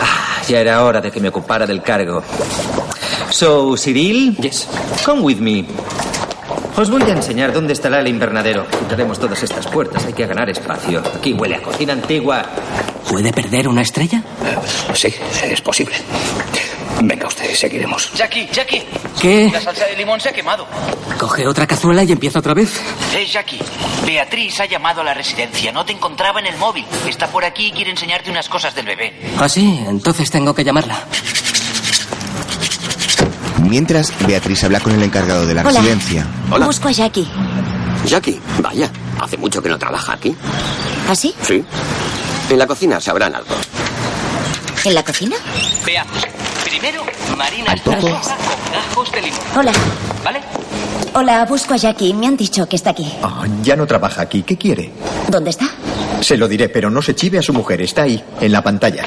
[SPEAKER 5] Ah, ya era hora de que me ocupara del cargo. So, Cyril. Yes. Come with me. Os voy a enseñar dónde estará el invernadero. Quitaremos todas estas puertas, hay que ganar espacio. Aquí huele a cocina antigua.
[SPEAKER 8] ¿Puede perder una estrella?
[SPEAKER 2] Sí, es posible. Venga usted, seguiremos.
[SPEAKER 1] Jackie, Jackie.
[SPEAKER 8] ¿Qué?
[SPEAKER 1] La salsa de limón se ha quemado.
[SPEAKER 8] Coge otra cazuela y empieza otra vez.
[SPEAKER 1] Eh, Jackie, Beatriz ha llamado a la residencia. No te encontraba en el móvil. Está por aquí y quiere enseñarte unas cosas del bebé.
[SPEAKER 8] Ah, sí, entonces tengo que llamarla.
[SPEAKER 3] mientras Beatriz habla con el encargado de la
[SPEAKER 13] Hola.
[SPEAKER 3] residencia.
[SPEAKER 13] Busco a Jackie.
[SPEAKER 11] Jackie, vaya, hace mucho que no trabaja aquí.
[SPEAKER 13] ¿Así?
[SPEAKER 11] Sí. En la cocina sabrán algo.
[SPEAKER 13] ¿En la cocina?
[SPEAKER 1] Vea, primero marina la
[SPEAKER 13] poco.
[SPEAKER 1] sopa con gajos de limón.
[SPEAKER 13] Hola.
[SPEAKER 1] ¿Vale?
[SPEAKER 13] Hola, busco a Jackie. Me han dicho que está aquí.
[SPEAKER 30] Ah, ya no trabaja aquí. ¿Qué quiere?
[SPEAKER 13] ¿Dónde está?
[SPEAKER 30] Se lo diré, pero no se chive a su mujer. Está ahí, en la pantalla.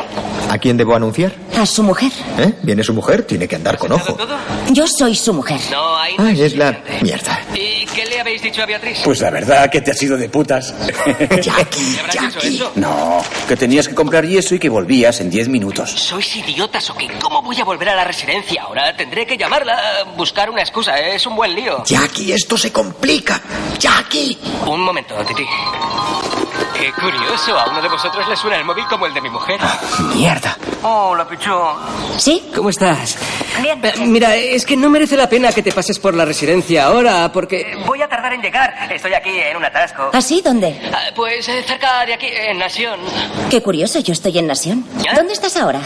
[SPEAKER 30] ¿A quién debo anunciar?
[SPEAKER 13] A su mujer.
[SPEAKER 30] ¿Eh? ¿Viene su mujer? Tiene que andar con ojo.
[SPEAKER 13] Yo soy su mujer.
[SPEAKER 1] No hay.
[SPEAKER 30] Ay, es la mierda.
[SPEAKER 1] ¿Y qué le habéis dicho a Beatriz?
[SPEAKER 12] Pues la verdad que te has ido de putas.
[SPEAKER 1] ¿Le habrás dicho eso?
[SPEAKER 12] No, que tenías que comprar yeso y que volvías en 10 minutos.
[SPEAKER 1] ¿Sois idiotas o qué? ¿Cómo voy a volver a la residencia ahora? Tendré que llamarla, eh, buscar una excusa. eh, Es un buen lío.
[SPEAKER 12] Jackie, esto se complica. Jackie.
[SPEAKER 1] Un momento, Titi.
[SPEAKER 32] Qué curioso, a uno de vosotros le suena el móvil como el de mi mujer.
[SPEAKER 8] Mierda.
[SPEAKER 32] Hola, pichón.
[SPEAKER 13] ¿Sí?
[SPEAKER 8] ¿Cómo estás? Eh, Mira, es que no merece la pena que te pases por la residencia ahora, porque...
[SPEAKER 32] Voy a tardar en llegar. Estoy aquí en un atasco.
[SPEAKER 13] ¿Ah, sí? ¿Dónde?
[SPEAKER 32] Ah, Pues eh, cerca de aquí, en Nación.
[SPEAKER 13] Qué curioso, yo estoy en Nación. ¿Dónde estás ahora?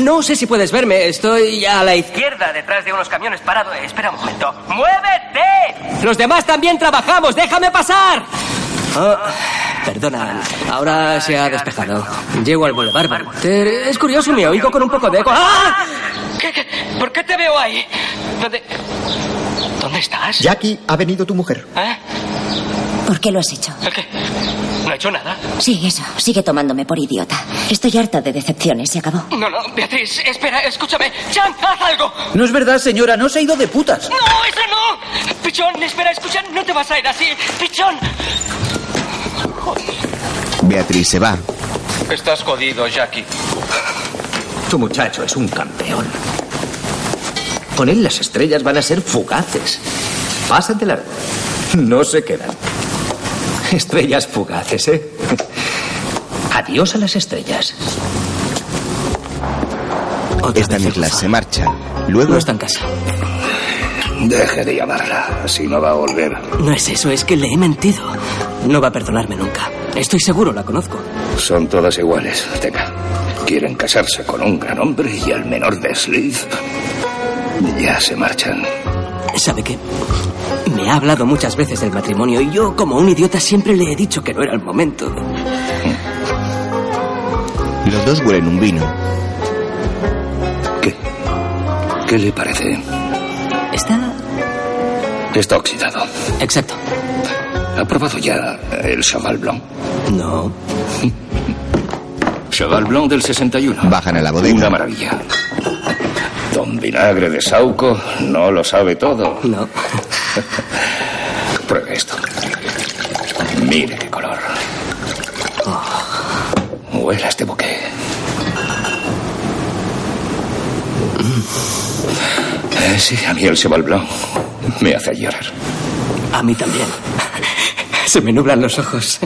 [SPEAKER 8] No sé si puedes verme, estoy a la izquierda.
[SPEAKER 32] Izquierda, detrás de unos camiones parado. Eh, Espera un momento. ¡Muévete!
[SPEAKER 8] Los demás también trabajamos, déjame pasar. Ah, perdona, ahora se ha despejado. Llego al Boulevard Barter. Es curioso, me oigo con un poco de eco. ¡Ah!
[SPEAKER 32] ¿Qué, qué? por qué te veo ahí? ¿Dónde, ¿Dónde estás?
[SPEAKER 33] Jackie, ha venido tu mujer.
[SPEAKER 32] ¿Eh?
[SPEAKER 13] ¿Por qué lo has hecho?
[SPEAKER 32] No he hecho nada.
[SPEAKER 13] Sí, eso. Sigue tomándome por idiota. Estoy harta de decepciones. Se acabó.
[SPEAKER 32] No, no, Beatriz, espera, escúchame. ¡Chan, haz algo!
[SPEAKER 34] No es verdad, señora, no se ha ido de putas.
[SPEAKER 32] ¡No, eso no! Pichón, espera, escucha, no te vas a ir así. Pichón.
[SPEAKER 3] Beatriz se va.
[SPEAKER 35] Estás jodido, Jackie.
[SPEAKER 5] Tu muchacho es un campeón. Con él las estrellas van a ser fugaces. Pasan de largo. No se quedan. Estrellas fugaces, ¿eh? Adiós a las estrellas.
[SPEAKER 3] Esta Nicolás se marcha. Luego. No
[SPEAKER 8] está en casa.
[SPEAKER 2] Deje de llamarla, así no va a volver.
[SPEAKER 8] No es eso, es que le he mentido. No va a perdonarme nunca. Estoy seguro, la conozco.
[SPEAKER 2] Son todas iguales, Tenga. Quieren casarse con un gran hombre y al menor desliz ya se marchan.
[SPEAKER 8] ¿Sabe qué? Me ha hablado muchas veces del matrimonio y yo, como un idiota, siempre le he dicho que no era el momento.
[SPEAKER 3] Los dos huelen un vino.
[SPEAKER 2] ¿Qué le parece?
[SPEAKER 8] Está.
[SPEAKER 2] Está oxidado.
[SPEAKER 8] Exacto.
[SPEAKER 2] ¿Ha probado ya el Cheval Blanc?
[SPEAKER 8] No.
[SPEAKER 2] Cheval Blanc del 61.
[SPEAKER 3] Bajan a la bodega.
[SPEAKER 2] Una maravilla. Don Vinagre de Sauco no lo sabe todo.
[SPEAKER 8] No.
[SPEAKER 2] Pruebe esto. Mire qué color. Huela este buque. Eh, sí, a mí el Cheval Blanc me hace llorar.
[SPEAKER 8] A mí también. Se me nublan los ojos.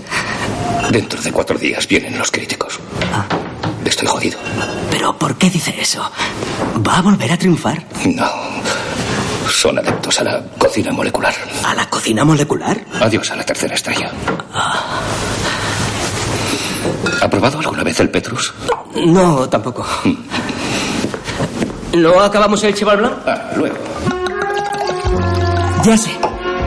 [SPEAKER 2] Dentro de cuatro días vienen los críticos. Estoy jodido.
[SPEAKER 8] Ah, Pero ¿por qué dice eso? ¿Va a volver a triunfar?
[SPEAKER 2] No. Son adeptos a la cocina molecular.
[SPEAKER 8] ¿A la cocina molecular?
[SPEAKER 2] Adiós a la tercera estrella. ¿Ha probado alguna vez el Petrus?
[SPEAKER 8] No, tampoco. ¿No acabamos el Cheval Blanc?
[SPEAKER 2] Ah, luego.
[SPEAKER 8] Ya sé.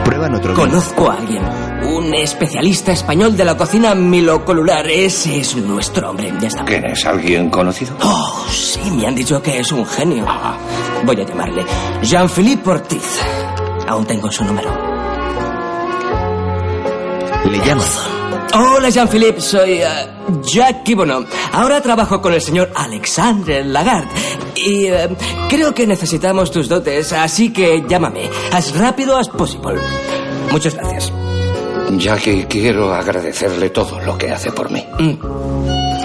[SPEAKER 3] Prueban otro vino.
[SPEAKER 8] Conozco a alguien. Un especialista español de la cocina milocolular. Ese es nuestro hombre. Ya está.
[SPEAKER 2] ¿Quién es? ¿Alguien conocido?
[SPEAKER 8] Oh, sí, me han dicho que es un genio. Ah, Voy a llamarle Jean-Philippe Ortiz. Aún tengo su número.
[SPEAKER 3] Le llama.
[SPEAKER 8] Hola, Jean-Philippe. Soy eh, Jackie Bono. Ahora trabajo con el señor Alexandre Lagarde. Y eh, creo que necesitamos tus dotes, así que llámame. As rápido as possible. Muchas gracias.
[SPEAKER 2] Ya que quiero agradecerle todo lo que hace por mí.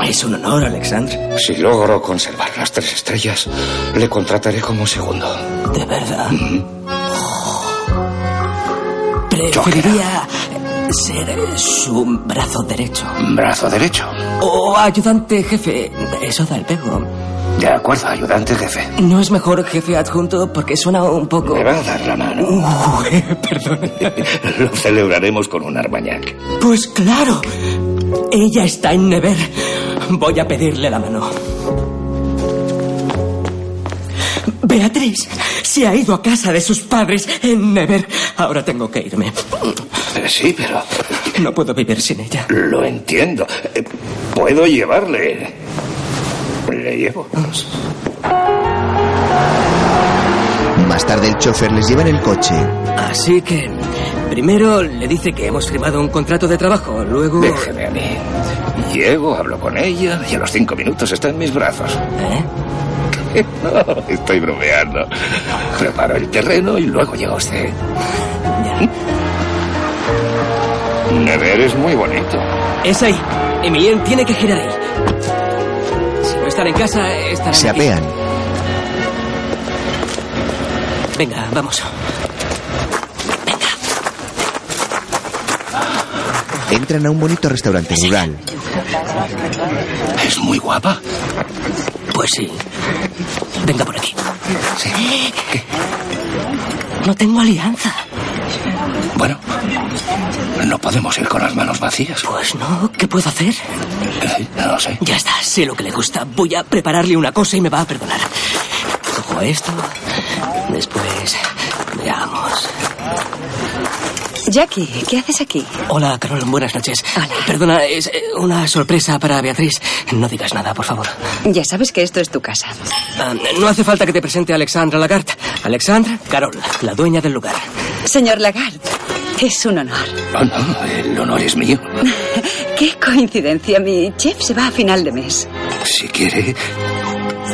[SPEAKER 8] Es un honor, Alexandre.
[SPEAKER 2] Si logro conservar las tres estrellas, le contrataré como segundo.
[SPEAKER 8] De verdad. Preferiría ser eh, su brazo derecho.
[SPEAKER 2] Brazo derecho.
[SPEAKER 8] O ayudante jefe. Eso da el pego.
[SPEAKER 2] De acuerdo, ayudante jefe.
[SPEAKER 8] No es mejor jefe adjunto porque suena un poco...
[SPEAKER 2] Me va a dar la mano.
[SPEAKER 8] perdón.
[SPEAKER 2] Lo celebraremos con un armañac.
[SPEAKER 8] Pues claro. Ella está en Never. Voy a pedirle la mano. Beatriz se ha ido a casa de sus padres en Never. Ahora tengo que irme.
[SPEAKER 2] Eh, Sí, pero
[SPEAKER 8] No puedo vivir sin ella.
[SPEAKER 2] lo entiendo. Eh, Puedo llevarle. Le llevo.
[SPEAKER 3] Más tarde el chofer les lleva en el coche.
[SPEAKER 8] Así que primero le dice que hemos firmado un contrato de trabajo, luego...
[SPEAKER 2] Déjeme a mí. Llego, hablo con ella y a los cinco minutos está en mis brazos.
[SPEAKER 8] ¿Eh?
[SPEAKER 2] No, estoy bromeando. Preparo el terreno y luego llega usted. Never es muy bonito.
[SPEAKER 8] Es ahí. Emilien tiene que girar ahí. Si no están en casa, estarán
[SPEAKER 3] Se
[SPEAKER 8] aquí.
[SPEAKER 3] apean.
[SPEAKER 8] Venga, vamos.
[SPEAKER 3] Entran a un bonito restaurante rural.
[SPEAKER 2] Es muy guapa.
[SPEAKER 8] Pues sí. Venga por aquí. No tengo alianza.
[SPEAKER 2] Bueno, no podemos ir con las manos vacías.
[SPEAKER 8] Pues no, ¿qué puedo hacer?
[SPEAKER 2] No lo sé.
[SPEAKER 8] Ya está, sé lo que le gusta. Voy a prepararle una cosa y me va a perdonar. Cojo esto. Después. Veamos.
[SPEAKER 26] Jackie, ¿qué haces aquí?
[SPEAKER 8] Hola, Carol, buenas noches. Perdona, es eh, una sorpresa para Beatriz. No digas nada, por favor.
[SPEAKER 26] Ya sabes que esto es tu casa.
[SPEAKER 8] Ah, no hace falta que te presente a Alexandra Lagarde. Alexandra, Carol, la dueña del lugar.
[SPEAKER 26] Señor Lagarde, es un honor.
[SPEAKER 2] Ah, no, el honor es mío.
[SPEAKER 26] Qué coincidencia, mi chef se va a final de mes.
[SPEAKER 2] Si quiere,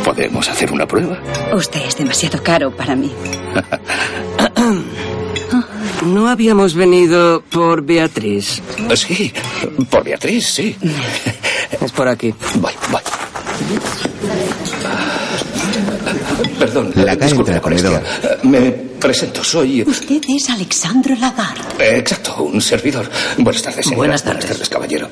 [SPEAKER 2] podemos hacer una prueba.
[SPEAKER 26] Usted es demasiado caro para mí.
[SPEAKER 8] No habíamos venido por Beatriz.
[SPEAKER 2] Sí, por Beatriz, sí.
[SPEAKER 8] Es por aquí.
[SPEAKER 2] Voy, voy. Ah, Perdón,
[SPEAKER 3] La cara
[SPEAKER 2] disculpe
[SPEAKER 3] entra al
[SPEAKER 2] la molestia. Me presento, soy...
[SPEAKER 20] Usted es Alexandro Lagarde.
[SPEAKER 2] eh, Exacto, un servidor. Buenas tardes, señora.
[SPEAKER 20] Buenas tardes.
[SPEAKER 2] caballero.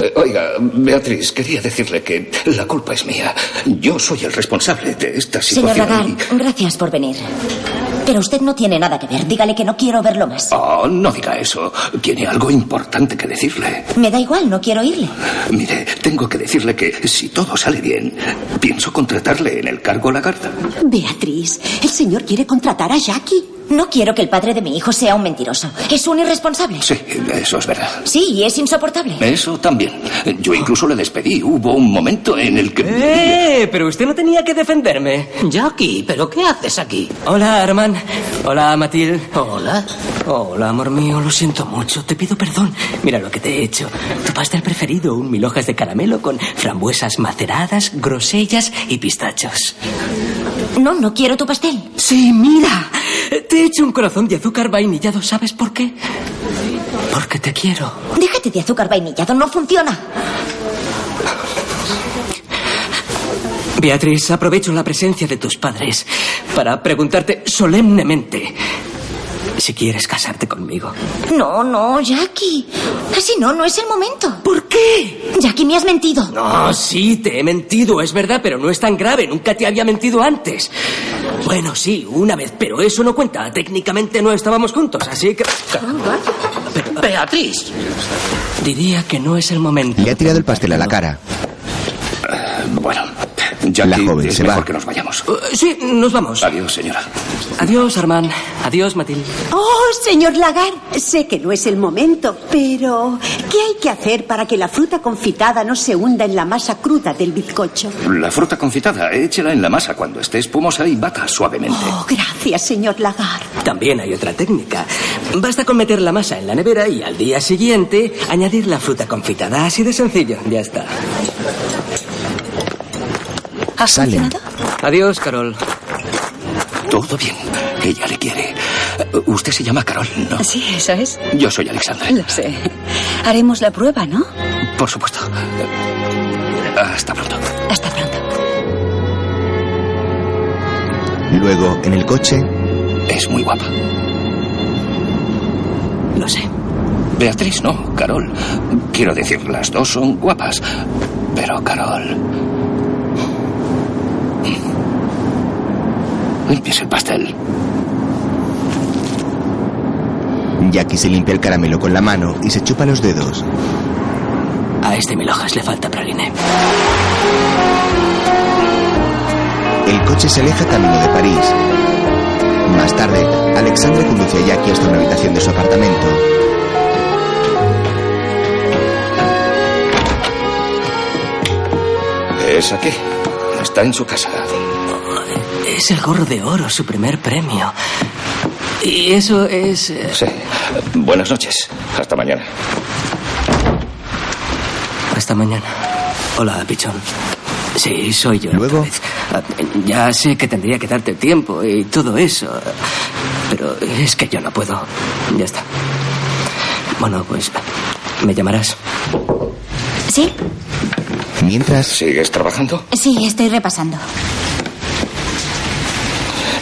[SPEAKER 2] Eh, Oiga, Beatriz, quería decirle que la culpa es mía. Yo soy el responsable de esta
[SPEAKER 13] Señor
[SPEAKER 2] situación.
[SPEAKER 13] Lagarde, gracias por venir. Pero usted no tiene nada que ver. Dígale que no quiero verlo más.
[SPEAKER 2] Oh, no diga eso. Tiene algo importante que decirle.
[SPEAKER 13] Me da igual, no quiero irle.
[SPEAKER 2] Mire, tengo que decirle que si todo sale bien, pienso contratarle en el cargo Lagarda.
[SPEAKER 13] Beatriz, el señor quiere contratar a Jackie. No quiero que el padre de mi hijo sea un mentiroso. Es un irresponsable.
[SPEAKER 2] Sí, eso es verdad.
[SPEAKER 13] Sí, y es insoportable.
[SPEAKER 2] Eso también. Yo incluso le despedí. Hubo un momento en el que...
[SPEAKER 8] ¡Eh! Pero usted no tenía que defenderme. Jackie, ¿pero qué haces aquí? Hola, Armand. Hola, Matil. Hola. Hola, amor mío. Lo siento mucho. Te pido perdón. Mira lo que te he hecho. Tu pastel preferido, un mil hojas de caramelo con frambuesas maceradas, grosellas y pistachos.
[SPEAKER 13] No, no quiero tu pastel.
[SPEAKER 8] Sí, mira. Te he hecho un corazón de azúcar vainillado. ¿Sabes por qué? Porque te quiero.
[SPEAKER 13] Déjate de azúcar vainillado, no funciona.
[SPEAKER 8] Beatriz, aprovecho la presencia de tus padres para preguntarte solemnemente si quieres casarte conmigo.
[SPEAKER 13] No, no, Jackie. Así no, no es el momento.
[SPEAKER 8] ¿Por qué?
[SPEAKER 13] Jackie, me has mentido.
[SPEAKER 8] No, sí, te he mentido, es verdad, pero no es tan grave. Nunca te había mentido antes. Bueno, sí, una vez, pero eso no cuenta. Técnicamente no estábamos juntos, así que... Beatriz. Diría que no es el momento.
[SPEAKER 3] Le ha tirado el pastel a la cara.
[SPEAKER 2] Bueno, Jackie,
[SPEAKER 3] La joven
[SPEAKER 2] es
[SPEAKER 3] se
[SPEAKER 2] mejor
[SPEAKER 3] va.
[SPEAKER 2] que nos vayamos.
[SPEAKER 8] Uh, Sí, nos vamos.
[SPEAKER 2] Adiós, señora.
[SPEAKER 8] Adiós, Armand. Adiós, Matilde.
[SPEAKER 20] Oh, señor Lagarde, sé que no es el momento, pero ¿qué hay que hacer para que la fruta confitada no se hunda en la masa cruda del bizcocho?
[SPEAKER 2] La fruta confitada, échela en la masa cuando esté espumosa y bata suavemente.
[SPEAKER 20] Oh, gracias, señor Lagarde.
[SPEAKER 8] También hay otra técnica. Basta con meter la masa en la nevera y al día siguiente añadir la fruta confitada. Así de sencillo, ya está.
[SPEAKER 3] Salen.
[SPEAKER 8] Adiós, Carol.
[SPEAKER 2] Todo bien. Ella le quiere. Eh, Usted se llama Carol, ¿no?
[SPEAKER 26] Sí, eso es.
[SPEAKER 2] Yo soy Alexandra.
[SPEAKER 26] Lo sé. Haremos la prueba, ¿no?
[SPEAKER 2] Por supuesto. Eh, Hasta pronto.
[SPEAKER 26] Hasta pronto.
[SPEAKER 3] Luego, en el coche,
[SPEAKER 2] Es muy guapa.
[SPEAKER 8] Lo sé.
[SPEAKER 2] Beatriz no, Carol. Quiero decir, las dos son guapas. Pero Carol. Limpies el pastel.
[SPEAKER 3] Jackie se limpia el caramelo con la mano y se chupa los dedos.
[SPEAKER 8] A este mil hojas le falta praline.
[SPEAKER 3] El coche se aleja camino de París. Más tarde, Alexandra conduce a Jackie hasta una habitación de su apartamento.
[SPEAKER 2] Es aquí. Está en su casa.
[SPEAKER 8] Es el gorro de oro, su primer premio. Y eso es... eh,
[SPEAKER 2] Sí. Buenas noches. Hasta mañana.
[SPEAKER 8] Hasta mañana. Hola, pichón. Sí, soy yo. ¿Luego? Ya sé que tendría que darte tiempo y todo eso. Pero es que yo no puedo. Ya está. Bueno, pues me llamarás.
[SPEAKER 13] ¿Sí?
[SPEAKER 3] Mientras.
[SPEAKER 2] ¿Sigues trabajando?
[SPEAKER 13] Sí, estoy repasando.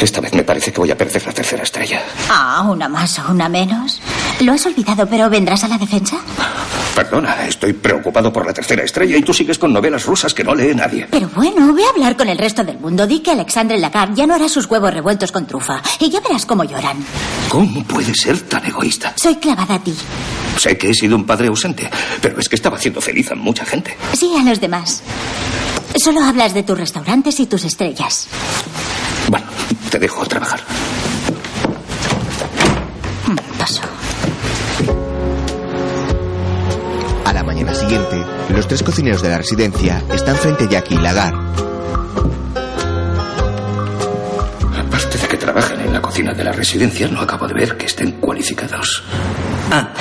[SPEAKER 2] Esta vez me parece que voy a perder la tercera estrella.
[SPEAKER 13] Ah, una más o una menos. Lo has olvidado, pero ¿vendrás a la defensa?
[SPEAKER 2] Perdona, estoy preocupado por la tercera estrella y tú sigues con novelas rusas que no lee nadie.
[SPEAKER 13] Pero bueno, ve a hablar con el resto del mundo. Di que Alexandre Lagarde ya no hará sus huevos revueltos con trufa. Y ya verás cómo lloran.
[SPEAKER 2] ¿Cómo puede ser tan egoísta?
[SPEAKER 13] Soy clavada a ti.
[SPEAKER 2] Sé que he sido un padre ausente, pero es que estaba haciendo feliz a mucha gente.
[SPEAKER 13] Sí, a los demás. Solo hablas de tus restaurantes y tus estrellas.
[SPEAKER 2] Bueno, te dejo trabajar.
[SPEAKER 13] Mm, Paso.
[SPEAKER 3] A la mañana siguiente, los tres cocineros de la residencia están frente a Jackie y Lagar.
[SPEAKER 2] Aparte de que trabajan en la cocina de la residencia, no acabo de ver que estén cualificados.
[SPEAKER 8] Ah,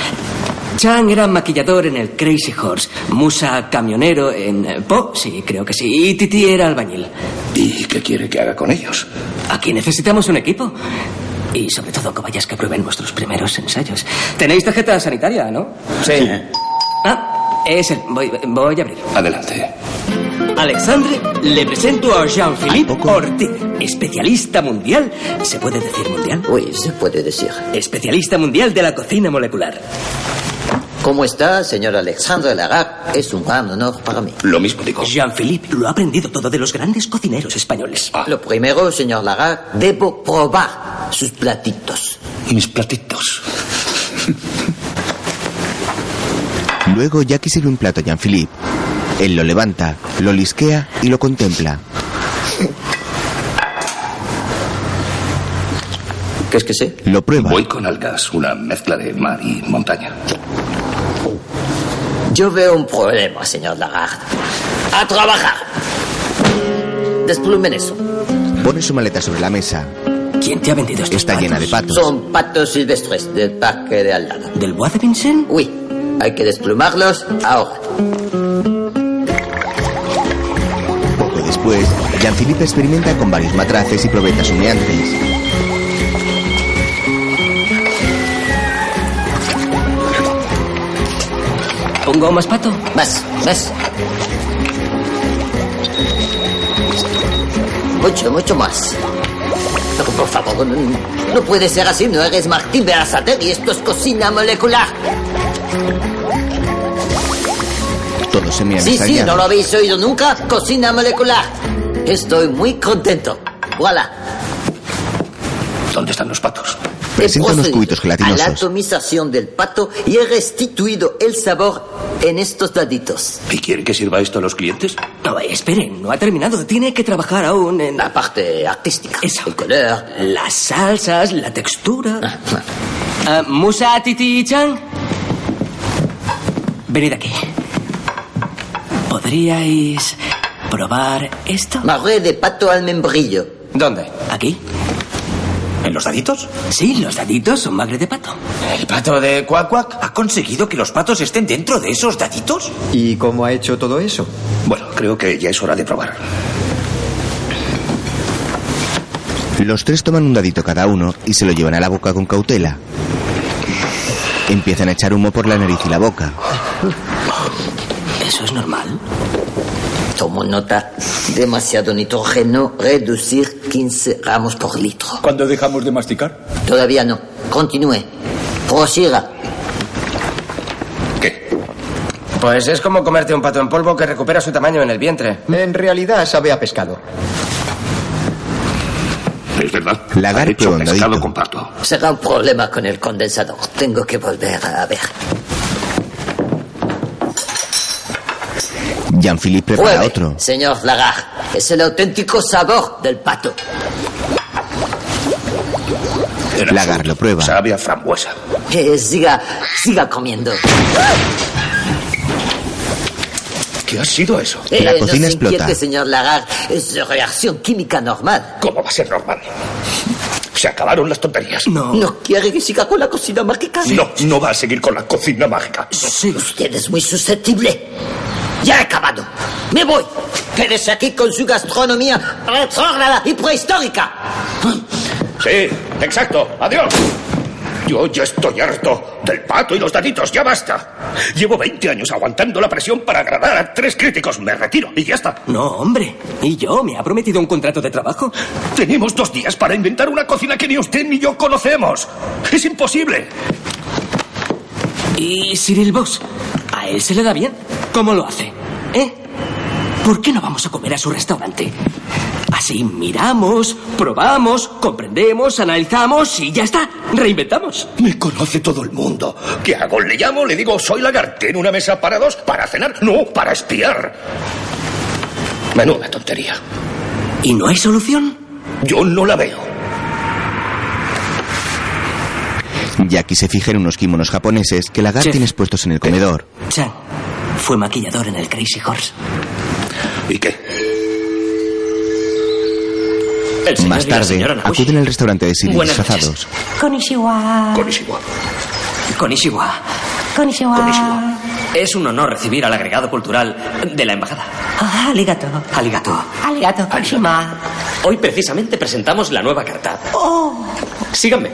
[SPEAKER 8] Chang era maquillador en el Crazy Horse, Musa camionero en eh, Po, sí, creo que sí, y Titi era albañil.
[SPEAKER 2] ¿Y qué quiere que haga con ellos?
[SPEAKER 8] Aquí necesitamos un equipo. Y sobre todo cobayas que prueben vuestros primeros ensayos. Tenéis tarjeta sanitaria, ¿no?
[SPEAKER 28] Sí.
[SPEAKER 8] Ah, es el. Voy, voy a abrir.
[SPEAKER 2] Adelante.
[SPEAKER 8] Alexandre, le presento a Jean-Philippe Ortiz, especialista mundial. ¿Se puede decir mundial?
[SPEAKER 14] Oui, se puede Pues decir.
[SPEAKER 8] Especialista mundial de la cocina molecular.
[SPEAKER 14] ¿Cómo está, señor Alexandre Lagarde? Es un gran honor para mí.
[SPEAKER 2] Lo mismo digo.
[SPEAKER 8] Jean-Philippe lo ha aprendido todo de los grandes cocineros españoles.
[SPEAKER 14] Lo primero, señor Lagarde, debo probar sus platitos.
[SPEAKER 2] Mis platitos.
[SPEAKER 3] Luego Jackie sirve un plato a Jean-Philippe. Él lo levanta, lo lisquea y lo contempla.
[SPEAKER 14] ¿Qué es que sé?
[SPEAKER 3] Lo prueba.
[SPEAKER 2] Voy con algas, una mezcla de mar y montaña.
[SPEAKER 14] Yo veo un problema, señor Lagarde. A trabajar. Desplumen eso.
[SPEAKER 3] Pone su maleta sobre la mesa.
[SPEAKER 8] ¿Quién te ha vendido estos
[SPEAKER 3] Está llena de patos.
[SPEAKER 14] Son patos silvestres del parque de al lado.
[SPEAKER 8] ¿Del Bois de Vincennes?
[SPEAKER 14] Oui, hay que desplumarlos ahora.
[SPEAKER 3] Poco después, Jean-Philippe experimenta con varios matraces y probetas humeantes.
[SPEAKER 8] ¿Pongo más pato?
[SPEAKER 14] Más, más. Mucho, mucho más. Pero por favor, no, no puede ser así. No eres Martín Berazater y esto es cocina molecular.
[SPEAKER 3] Todos se miran
[SPEAKER 14] Sí, sí,
[SPEAKER 3] extrañados.
[SPEAKER 14] no lo habéis oído nunca. Cocina molecular. Estoy muy contento. Voilà.
[SPEAKER 2] ¿Dónde están los patos?
[SPEAKER 14] He
[SPEAKER 3] Presenta unos
[SPEAKER 14] procedido
[SPEAKER 3] cubitos
[SPEAKER 14] A la
[SPEAKER 3] gelatinosos.
[SPEAKER 14] atomización del pato y he restituido el sabor en estos daditos.
[SPEAKER 2] ¿Y quiere que sirva esto a los clientes?
[SPEAKER 8] No, esperen, no ha terminado. Tiene que trabajar aún en.
[SPEAKER 15] Ah.
[SPEAKER 14] La parte artística.
[SPEAKER 8] Eso.
[SPEAKER 14] El color.
[SPEAKER 8] Las salsas, la textura. Ah, Musa, Titi y Chang. Venid aquí. ¿Podríais probar esto?
[SPEAKER 15] Ah.
[SPEAKER 14] Marré de pato al membrillo.
[SPEAKER 28] ¿Dónde?
[SPEAKER 8] ¿Aquí?
[SPEAKER 28] ¿En los daditos?
[SPEAKER 8] Sí, los daditos son magre de pato.
[SPEAKER 28] ¿El pato de Cuac Cuac ha conseguido que los patos estén dentro de esos daditos?
[SPEAKER 30] ¿Y cómo ha hecho todo eso?
[SPEAKER 2] Bueno, creo que ya es hora de probar.
[SPEAKER 3] Los tres toman un dadito cada uno y se lo llevan a la boca con cautela. Empiezan a echar humo por la nariz y la boca.
[SPEAKER 8] ¿Eso es normal?
[SPEAKER 14] Tomo nota. Demasiado nitrógeno. Reducir 15 gramos por litro.
[SPEAKER 28] ¿Cuándo dejamos de masticar?
[SPEAKER 14] Todavía no. Continúe. Prosiga.
[SPEAKER 27] Pues es como comerte un pato en polvo que recupera su tamaño en el vientre.
[SPEAKER 30] En realidad sabe a pescado.
[SPEAKER 2] Es verdad.
[SPEAKER 3] Lagar
[SPEAKER 2] Ha hecho
[SPEAKER 3] prueba un
[SPEAKER 2] pescado
[SPEAKER 3] dadito.
[SPEAKER 2] con pato.
[SPEAKER 14] Será un problema con el condensador. Tengo que volver a ver.
[SPEAKER 3] Jean-Philippe prepara
[SPEAKER 14] Pruebe,
[SPEAKER 3] otro.
[SPEAKER 14] Señor Lagarde, es el auténtico sabor del pato.
[SPEAKER 2] En
[SPEAKER 3] Lagar lo prueba.
[SPEAKER 2] Sabe a frambuesa.
[SPEAKER 14] Que siga, siga comiendo.
[SPEAKER 2] ¿Qué ha sido eso?
[SPEAKER 14] Eh,
[SPEAKER 3] La cocina
[SPEAKER 14] no se inquiete,
[SPEAKER 3] explota.
[SPEAKER 14] señor Lagarde. Es de reacción química normal.
[SPEAKER 2] ¿Cómo va a ser normal? Se acabaron las tonterías.
[SPEAKER 8] No.
[SPEAKER 14] ¿No quiere que siga con la cocina mágica?
[SPEAKER 2] No, no va a seguir con la cocina mágica.
[SPEAKER 8] Sí.
[SPEAKER 14] Usted es muy susceptible. Ya he acabado. Me voy. Quédese aquí con su gastronomía retrógrada y prehistórica.
[SPEAKER 2] Sí, exacto. Adiós. Yo ya estoy harto del pato y los daditos, ya basta. Llevo 20 años aguantando la presión para agradar a tres críticos. Me retiro y ya está.
[SPEAKER 8] No, hombre. ¿Y yo? ¿Me ha prometido un contrato de trabajo?
[SPEAKER 2] Tenemos dos días para inventar una cocina que ni usted ni yo conocemos. Es imposible.
[SPEAKER 8] ¿Y Cyril Boss? ¿Ha ¿A él se le da bien? ¿Cómo lo hace? ¿Eh? ¿Por qué no vamos a comer a su restaurante? Así miramos, probamos, comprendemos, analizamos y ya está. Reinventamos.
[SPEAKER 2] Me conoce todo el mundo. ¿Qué hago? Le llamo, le digo, soy lagarte en una mesa para dos, para cenar, no, para espiar. Menuda tontería.
[SPEAKER 8] ¿Y no hay solución?
[SPEAKER 2] Yo no la veo.
[SPEAKER 3] Jackie se fija en unos kimonos japoneses que Lagar
[SPEAKER 8] Chef.
[SPEAKER 3] tiene expuestos en el comedor.
[SPEAKER 8] Chan fue maquillador en el Crazy Horse.
[SPEAKER 2] ¿Y qué?
[SPEAKER 3] Más tarde, acuden al restaurante de Siri
[SPEAKER 8] Buenas
[SPEAKER 3] disfrazados.
[SPEAKER 15] Konishiwa.
[SPEAKER 2] Konishiwa.
[SPEAKER 15] Konishiwa. Konishiwa.
[SPEAKER 8] Es un honor recibir al agregado cultural de la embajada.
[SPEAKER 15] Ah, arigato.
[SPEAKER 8] Aligato.
[SPEAKER 15] Arigato, Koshima.
[SPEAKER 8] Hoy precisamente presentamos la nueva carta.
[SPEAKER 15] Oh,
[SPEAKER 8] Síganme.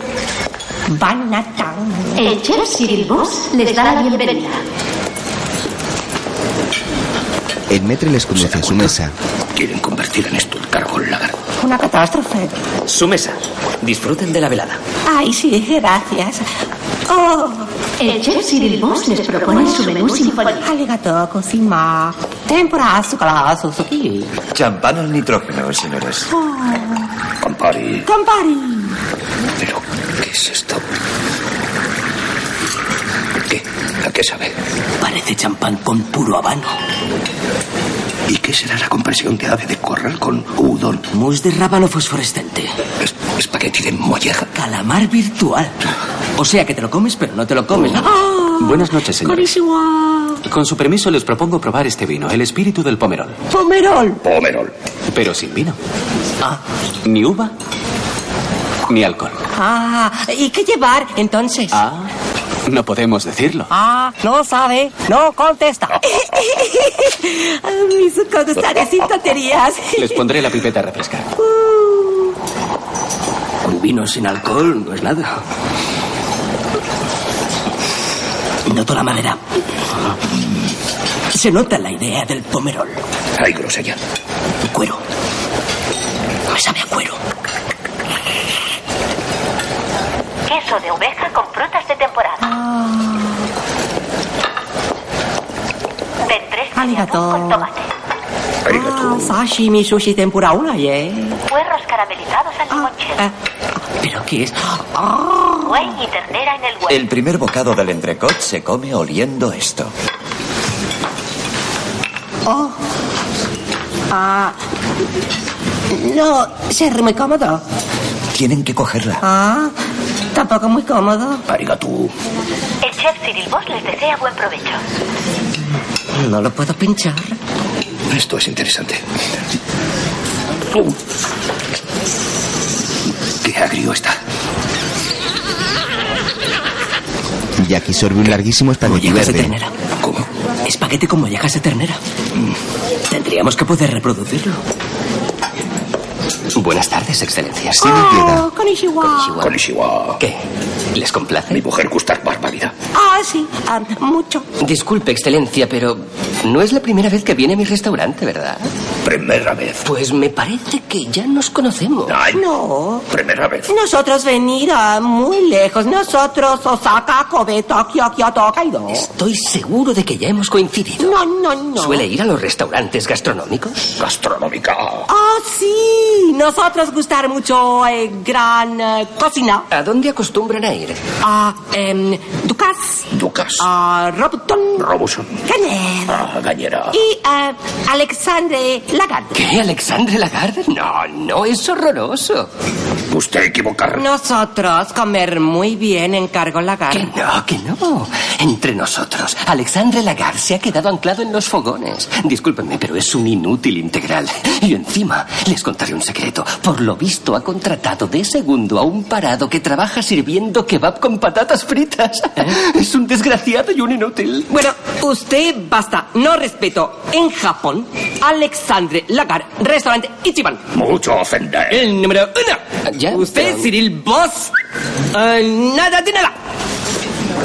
[SPEAKER 15] Banatan.
[SPEAKER 22] El chef Cyril Boss les da la bienvenida.
[SPEAKER 3] El metre les conduce a su mesa.
[SPEAKER 2] Quieren convertir en esto el cargo lagarto.
[SPEAKER 15] Una catástrofe.
[SPEAKER 8] Su mesa. Disfruten de la velada.
[SPEAKER 15] Ay, sí, gracias. Oh.
[SPEAKER 22] El chef Cyril Boss les propone su menú sinfónico.
[SPEAKER 15] Arigato, Koshima. Tempura, azúcar, suzuki.
[SPEAKER 12] Champán al nitrógeno, señores.
[SPEAKER 2] Campari.
[SPEAKER 15] Campari.
[SPEAKER 2] Pero, ¿qué es esto? ¿Qué? ¿A qué sabe?
[SPEAKER 8] Parece champán con puro habano.
[SPEAKER 2] ¿Y qué será la compresión de ave de corral con udon?
[SPEAKER 8] Mousse de rábano fosforescente.
[SPEAKER 2] espagueti de molleja.
[SPEAKER 8] Calamar virtual. O sea que te lo comes, pero no te lo comes.
[SPEAKER 29] Oh.
[SPEAKER 8] ¡Ah!
[SPEAKER 29] Buenas noches, señores.
[SPEAKER 15] Konishiwa.
[SPEAKER 29] Con su permiso, les propongo probar este vino, el espíritu del pomerol.
[SPEAKER 15] Pomerol.
[SPEAKER 2] Pomerol.
[SPEAKER 29] Pero sin vino.
[SPEAKER 8] Ah,
[SPEAKER 29] Ni uva, ni alcohol.
[SPEAKER 15] Ah, ¿y qué llevar entonces?
[SPEAKER 29] Ah, no podemos decirlo.
[SPEAKER 15] Ah, no sabe, no contesta. Ah, Mizuko, gustaré sin tonterías.
[SPEAKER 29] Les pondré la pipeta a refrescar.
[SPEAKER 8] Un vino sin alcohol no es nada. Noto la madera. Se nota la idea del pomerol.
[SPEAKER 2] Ay, grosella.
[SPEAKER 8] Cuero. Me sabe a cuero.
[SPEAKER 4] Queso de oveja con frutas de temporada.
[SPEAKER 8] Ah.
[SPEAKER 4] Ventresca de atún con tomate.
[SPEAKER 15] Ah, sashimi, sushi, tempura, una, ¿eh?
[SPEAKER 4] Puerros caramelizados al limonchelo.
[SPEAKER 8] Ah, ¿Pero qué es? Ah,
[SPEAKER 4] Buey y ternera en el huevo.
[SPEAKER 12] El primer bocado del entrecot se come oliendo esto.
[SPEAKER 15] Oh. Ah. No, ser muy cómodo.
[SPEAKER 12] Tienen que cogerla.
[SPEAKER 15] Ah. Tampoco muy cómodo.
[SPEAKER 2] Arigatú.
[SPEAKER 4] El chef Cyril Boss les desea buen provecho.
[SPEAKER 8] No lo puedo pinchar.
[SPEAKER 2] Esto es interesante. Qué agrio está.
[SPEAKER 3] Jackie sorbe un larguísimo espagueti
[SPEAKER 8] Mollejas de
[SPEAKER 3] verde.
[SPEAKER 8] ternera. ¿Cómo? Espagueti con mollejas de ternera. Mm. Tendríamos que poder reproducirlo.
[SPEAKER 28] Buenas tardes, excelencias.
[SPEAKER 15] Oh, konnichiwa.
[SPEAKER 2] Konishiwa.
[SPEAKER 28] ¿Qué? ¿Les complace?
[SPEAKER 2] Mi mujer gusta barbaridad.
[SPEAKER 15] Ah, sí, ah, mucho.
[SPEAKER 28] Disculpe, excelencia, pero no es la primera vez que viene a mi restaurante, ¿verdad?
[SPEAKER 2] Primera vez.
[SPEAKER 28] Pues me parece que ya nos conocemos.
[SPEAKER 15] No.
[SPEAKER 2] Primera vez.
[SPEAKER 15] Nosotros venir a muy lejos. Nosotros Osaka, Kobe, Tokio, Kyoto, Hokkaido.
[SPEAKER 28] Estoy seguro de que ya hemos coincidido.
[SPEAKER 15] No, no, no.
[SPEAKER 28] ¿Suele ir a los restaurantes gastronómicos?
[SPEAKER 2] Gastronómica.
[SPEAKER 15] Ah, sí. Nosotros gustar mucho eh, gran eh, cocina.
[SPEAKER 28] ¿A dónde acostumbran a ir?
[SPEAKER 15] Ah, em, Ducas.
[SPEAKER 2] Ducas.
[SPEAKER 15] Ah, Roberton.
[SPEAKER 2] Robuson.
[SPEAKER 15] Kenner.
[SPEAKER 2] Ah, gañera.
[SPEAKER 15] Y eh, Alexandre Lagarde.
[SPEAKER 28] ¿Qué? ¿Alexandre Lagarde? No, no, es horroroso.
[SPEAKER 2] Usted equivocar.
[SPEAKER 15] Nosotros comer muy bien en Cargo Lagarde.
[SPEAKER 28] No, que no. Entre nosotros, Alexandre Lagarde se ha quedado anclado en los fogones. Discúlpenme, pero es un inútil integral. Y encima, les contaré un secreto. Por lo visto, ha contratado de segundo a un parado que trabaja sirviendo kebab con patatas fritas.
[SPEAKER 8] ¿Eh?
[SPEAKER 28] Es un desgraciado y un inútil.
[SPEAKER 15] Bueno, usted basta. No respeto. En Japón, Alexandre Lagarde, restaurante Ichiban.
[SPEAKER 2] Mucho ofender.
[SPEAKER 15] El número uno.
[SPEAKER 28] Ya,
[SPEAKER 15] usted,
[SPEAKER 28] pero-
[SPEAKER 15] Cyril Boss. eh, nada de nada.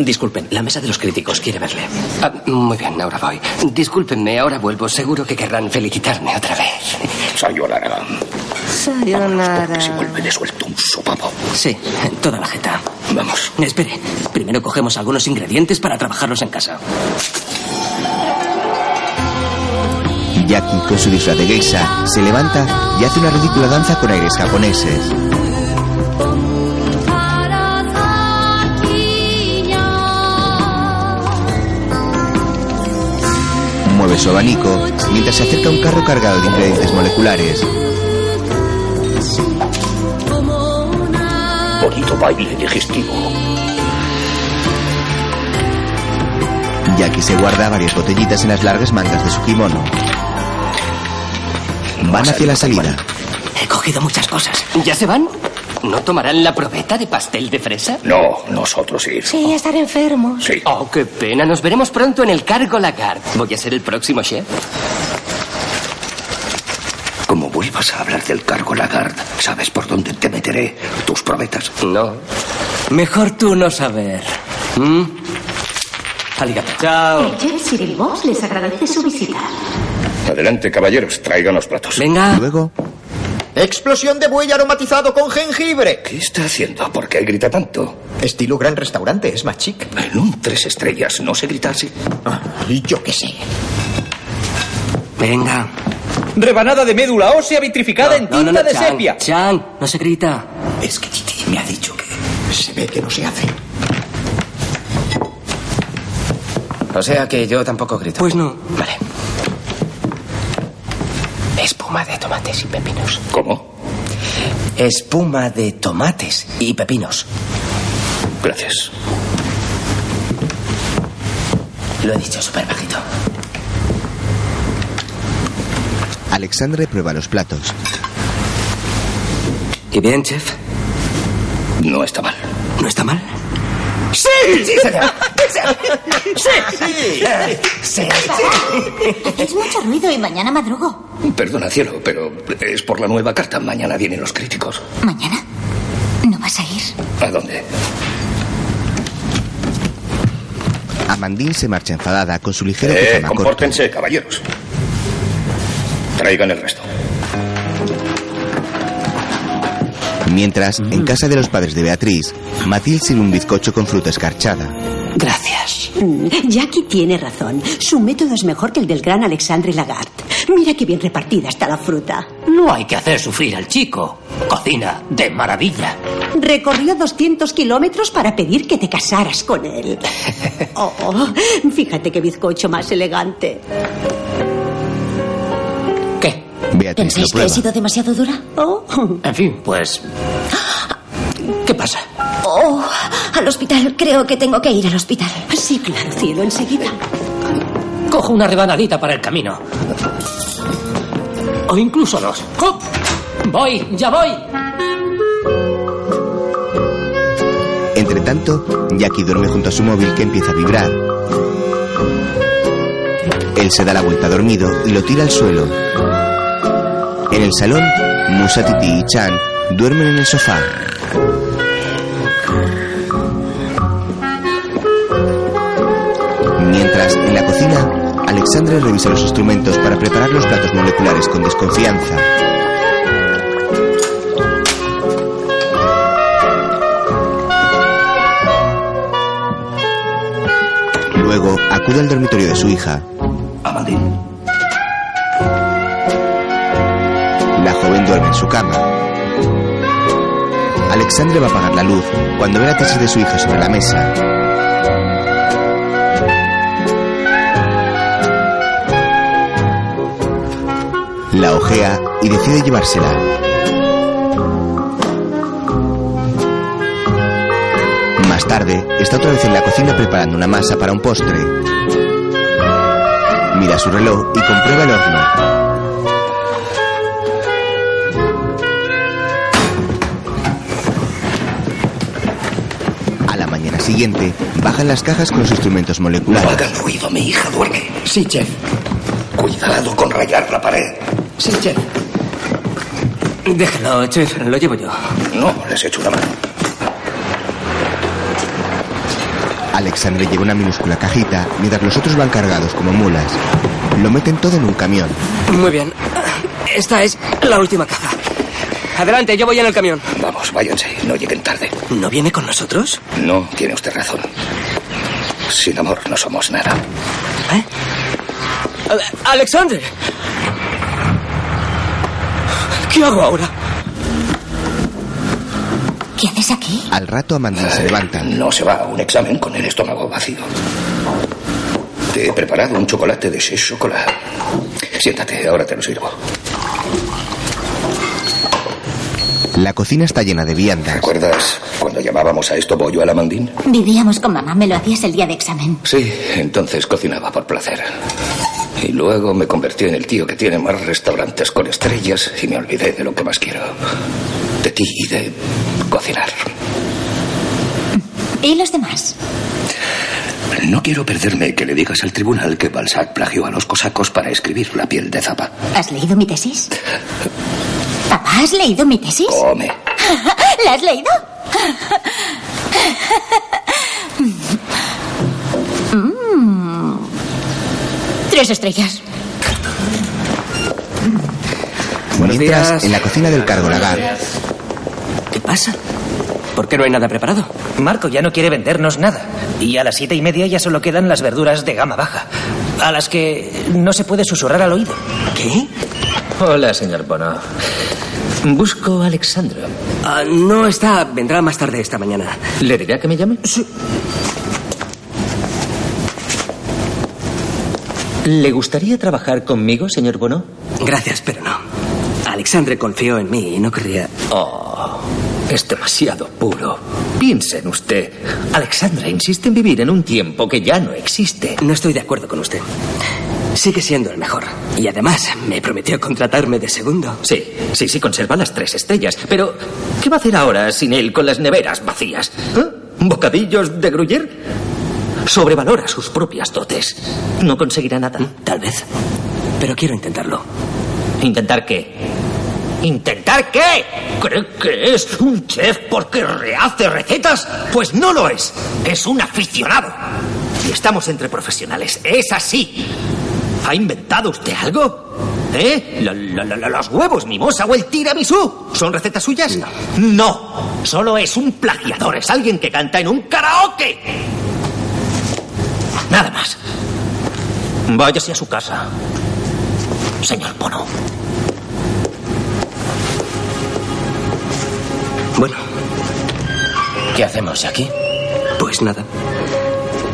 [SPEAKER 8] Disculpen, la mesa de los críticos quiere verle.
[SPEAKER 28] Ah, muy bien, ahora voy. Discúlpenme, ahora vuelvo. Seguro que querrán felicitarme otra vez.
[SPEAKER 2] Sayonara. Porque si vuelve le suelto un sopapo.
[SPEAKER 8] Sí, en toda la jeta.
[SPEAKER 2] Vamos.
[SPEAKER 8] Espere, primero cogemos algunos ingredientes para trabajarlos en casa.
[SPEAKER 3] Miyaki, con su disfraz de geisha, se levanta y hace una ridícula danza con aires japoneses. Mueve su abanico mientras se acerca un carro cargado de ingredientes moleculares.
[SPEAKER 2] Bonito baile digestivo.
[SPEAKER 3] Jackie se guarda varias botellitas en las largas mangas de su kimono. Van hacia la salida.
[SPEAKER 8] He cogido muchas cosas. ¿Ya se van? ¿No tomarán la probeta de pastel de fresa?
[SPEAKER 2] No, nosotros sí.
[SPEAKER 13] Sí, estar enfermos.
[SPEAKER 2] Sí.
[SPEAKER 8] Oh, qué pena. Nos veremos pronto en el cargo Lagarde. Voy a ser el próximo chef.
[SPEAKER 2] Como vuelvas a hablar del cargo Lagarde, ¿sabes por dónde te meteré tus probetas?
[SPEAKER 8] No. Mejor tú no saber. ¿Mm? Arigato. Chao.
[SPEAKER 22] El chef Cyril Boss les agradece su visita.
[SPEAKER 2] Adelante, caballeros, traigan los platos.
[SPEAKER 8] Venga.
[SPEAKER 3] Luego.
[SPEAKER 30] Explosión de buey aromatizado con jengibre.
[SPEAKER 2] ¿Qué está haciendo? ¿Por qué grita tanto?
[SPEAKER 30] Estilo gran restaurante, es más chic.
[SPEAKER 2] En un tres estrellas no sé gritar así.
[SPEAKER 30] Ah, yo qué sé.
[SPEAKER 8] Venga.
[SPEAKER 27] Rebanada de médula ósea vitrificada
[SPEAKER 8] No,
[SPEAKER 27] en
[SPEAKER 8] no,
[SPEAKER 27] tinta
[SPEAKER 8] no, no,
[SPEAKER 27] de
[SPEAKER 8] Chan,
[SPEAKER 27] sepia.
[SPEAKER 8] Chan, no se grita.
[SPEAKER 30] Es que Titi me ha dicho que se ve que no se hace.
[SPEAKER 12] O sea que yo tampoco grito.
[SPEAKER 8] Pues no.
[SPEAKER 12] Vale. Espuma de tomates y pepinos.
[SPEAKER 2] ¿Cómo?
[SPEAKER 12] Espuma de tomates y pepinos.
[SPEAKER 2] Gracias.
[SPEAKER 12] Lo he dicho súper bajito.
[SPEAKER 3] Alexandre prueba los platos.
[SPEAKER 8] ¿Y bien, chef?
[SPEAKER 2] No está mal.
[SPEAKER 8] ¿No está mal?
[SPEAKER 12] ¡Sí! ¡Sí, señor! ¡Sí! ¡Sí! ¡Sí!
[SPEAKER 22] Hacéis mucho ruido y mañana madrugo.
[SPEAKER 2] Perdona, cielo, pero es por la nueva carta. Mañana vienen los críticos.
[SPEAKER 22] ¿Mañana? ¿No vas a ir?
[SPEAKER 2] ¿A dónde?
[SPEAKER 3] Amandine se marcha enfadada con su ligero
[SPEAKER 2] Eh,
[SPEAKER 3] pijama corto.
[SPEAKER 2] compórtense, caballeros. Traigan el resto.
[SPEAKER 3] Mientras, en casa de los padres de Beatriz, Matilde sirve un bizcocho con fruta escarchada.
[SPEAKER 20] Gracias.
[SPEAKER 13] Mm.
[SPEAKER 20] Jackie tiene razón. Su método es mejor que el del gran Alexandre Lagarde. Mira qué bien repartida está la fruta.
[SPEAKER 28] No hay que hacer sufrir al chico. Cocina de maravilla.
[SPEAKER 20] Recorrió 200 kilómetros para pedir que te casaras con él. Oh, fíjate qué bizcocho más elegante.
[SPEAKER 3] Beatriz lo
[SPEAKER 13] ¿Pensáis que he
[SPEAKER 3] prueba.
[SPEAKER 13] sido demasiado dura?
[SPEAKER 20] Oh.
[SPEAKER 28] En fin, pues. ¿Qué pasa?
[SPEAKER 13] Oh, al hospital. Creo que tengo que ir al hospital.
[SPEAKER 20] Sí, claro, cielo, enseguida.
[SPEAKER 28] Cojo una rebanadita para el camino. O incluso dos. ¡Hop! Voy, ya voy.
[SPEAKER 3] Entre tanto, Jackie duerme junto a su móvil que empieza a vibrar. Él se da la vuelta dormido y lo tira al suelo. En el salón, Musa, Titi y Chan duermen en el sofá. Mientras, en la cocina, Alexandre revisa los instrumentos para preparar los platos moleculares con desconfianza. Luego, acude al dormitorio de su hija.
[SPEAKER 2] Amandine.
[SPEAKER 3] La joven duerme en su cama. Alexandre va a apagar la luz cuando ve la tesis de su hija sobre la mesa. La ojea y decide llevársela. Más tarde, está otra vez en la cocina preparando una masa para un postre. Mira su reloj y comprueba el horno. A la mañana siguiente, bajan las cajas con los instrumentos
[SPEAKER 2] No
[SPEAKER 3] moleculares.
[SPEAKER 2] hagan ruido, mi hija duerme.
[SPEAKER 12] Sí, chef.
[SPEAKER 2] Cuidado con rayar la pared.
[SPEAKER 12] Sí, chef.
[SPEAKER 8] Déjalo, chef. Lo llevo yo.
[SPEAKER 2] No, les echo una mano.
[SPEAKER 3] Alexandre lleva una minúscula cajita mientras los otros van cargados como mulas. Lo meten todo en un camión.
[SPEAKER 8] Muy bien. Esta es la última caja. Adelante, yo voy en el camión.
[SPEAKER 2] Vamos, váyanse, no lleguen tarde.
[SPEAKER 8] ¿No viene con nosotros?
[SPEAKER 2] No, tiene usted razón.
[SPEAKER 8] ¿Eh?
[SPEAKER 2] Sin amor no somos nada.
[SPEAKER 8] Ale- Alexandre, ¿Qué hago ahora?
[SPEAKER 13] ¿Qué haces aquí?
[SPEAKER 3] Al rato Amanda se levanta.
[SPEAKER 2] No se va a un examen con el estómago vacío. Te he preparado un chocolate de seis chocolate. Siéntate, ahora te lo sirvo.
[SPEAKER 3] La cocina está llena de viandas.
[SPEAKER 2] ¿Recuerdas cuando llamábamos a esto bollo alamandín?
[SPEAKER 13] Vivíamos con mamá, me lo hacías el día de examen.
[SPEAKER 2] Sí, entonces cocinaba por placer. Y luego me convertí en el tío que tiene más restaurantes con estrellas y me olvidé de lo que más quiero. De ti y de cocinar.
[SPEAKER 13] ¿Y los demás?
[SPEAKER 2] No quiero perderme que le digas al tribunal que Balzac plagió a los cosacos para escribir la piel de zapa.
[SPEAKER 13] ¿Has leído mi tesis? Papá, ¿has leído mi tesis?
[SPEAKER 2] Come.
[SPEAKER 13] ¿La has leído? Mm. Tres estrellas.
[SPEAKER 8] Buenos
[SPEAKER 3] Mientras,
[SPEAKER 8] días.
[SPEAKER 3] en la cocina del cargo lagar,
[SPEAKER 8] ¿Qué pasa? ¿Por qué no hay nada preparado?
[SPEAKER 7] Marco ya no quiere vendernos nada. Y a las siete y media ya solo quedan las verduras de gama baja, a las que no se puede susurrar al oído.
[SPEAKER 8] ¿Qué?
[SPEAKER 5] Hola, señor Bono. Busco a Alexandra.
[SPEAKER 8] Ah, no está, vendrá más tarde esta mañana.
[SPEAKER 5] ¿Le dirá que me llame? Sí. ¿Le gustaría trabajar conmigo, señor Bono?
[SPEAKER 8] Gracias, pero no. Alexandre confió en mí y no querría.
[SPEAKER 5] Oh, es demasiado puro. Piense en usted. Alexandra insiste en vivir en un tiempo que ya no existe.
[SPEAKER 8] No estoy de acuerdo con usted. Sigue siendo el mejor. Y además, me prometió contratarme de segundo.
[SPEAKER 5] Sí, sí, sí, conserva las tres estrellas. Pero, ¿qué va a hacer ahora sin él con las neveras vacías? ¿Eh? ¿Bocadillos de gruyer? Sobrevalora sus propias dotes. No conseguirá nada.
[SPEAKER 8] Tal vez. Pero quiero intentarlo.
[SPEAKER 5] ¿Intentar qué? ¿Intentar qué? ¿Cree que es un chef porque rehace recetas? Pues no lo es. Es un aficionado. Y estamos entre profesionales. Es así. ¿Ha inventado usted algo? ¿Eh? Lo- lo- lo- ¿Los huevos mimosa o el tiramisú? ¿Son recetas suyas? No. Solo es un plagiador. Es alguien que canta en un karaoke. Nada más. Váyase a su casa. Señor Bono.
[SPEAKER 8] Bueno,
[SPEAKER 7] ¿Qué hacemos aquí?
[SPEAKER 8] pues nada.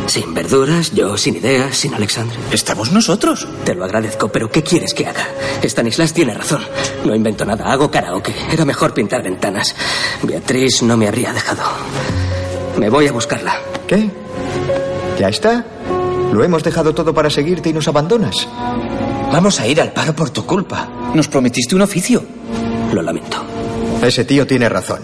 [SPEAKER 8] Sin verduras, yo sin ideas, sin Alexandre.
[SPEAKER 7] ¿Estamos nosotros?
[SPEAKER 8] Te lo agradezco, pero ¿qué quieres que haga? Stanislas tiene razón. No invento nada, hago karaoke. Era mejor pintar ventanas. Beatriz no me habría dejado. Me voy a buscarla.
[SPEAKER 30] ¿Qué? ¿Ya está? Lo hemos dejado todo para seguirte y nos abandonas.
[SPEAKER 7] Vamos a ir al paro por tu culpa. Nos prometiste un oficio.
[SPEAKER 8] Lo lamento.
[SPEAKER 30] Ese tío tiene razón.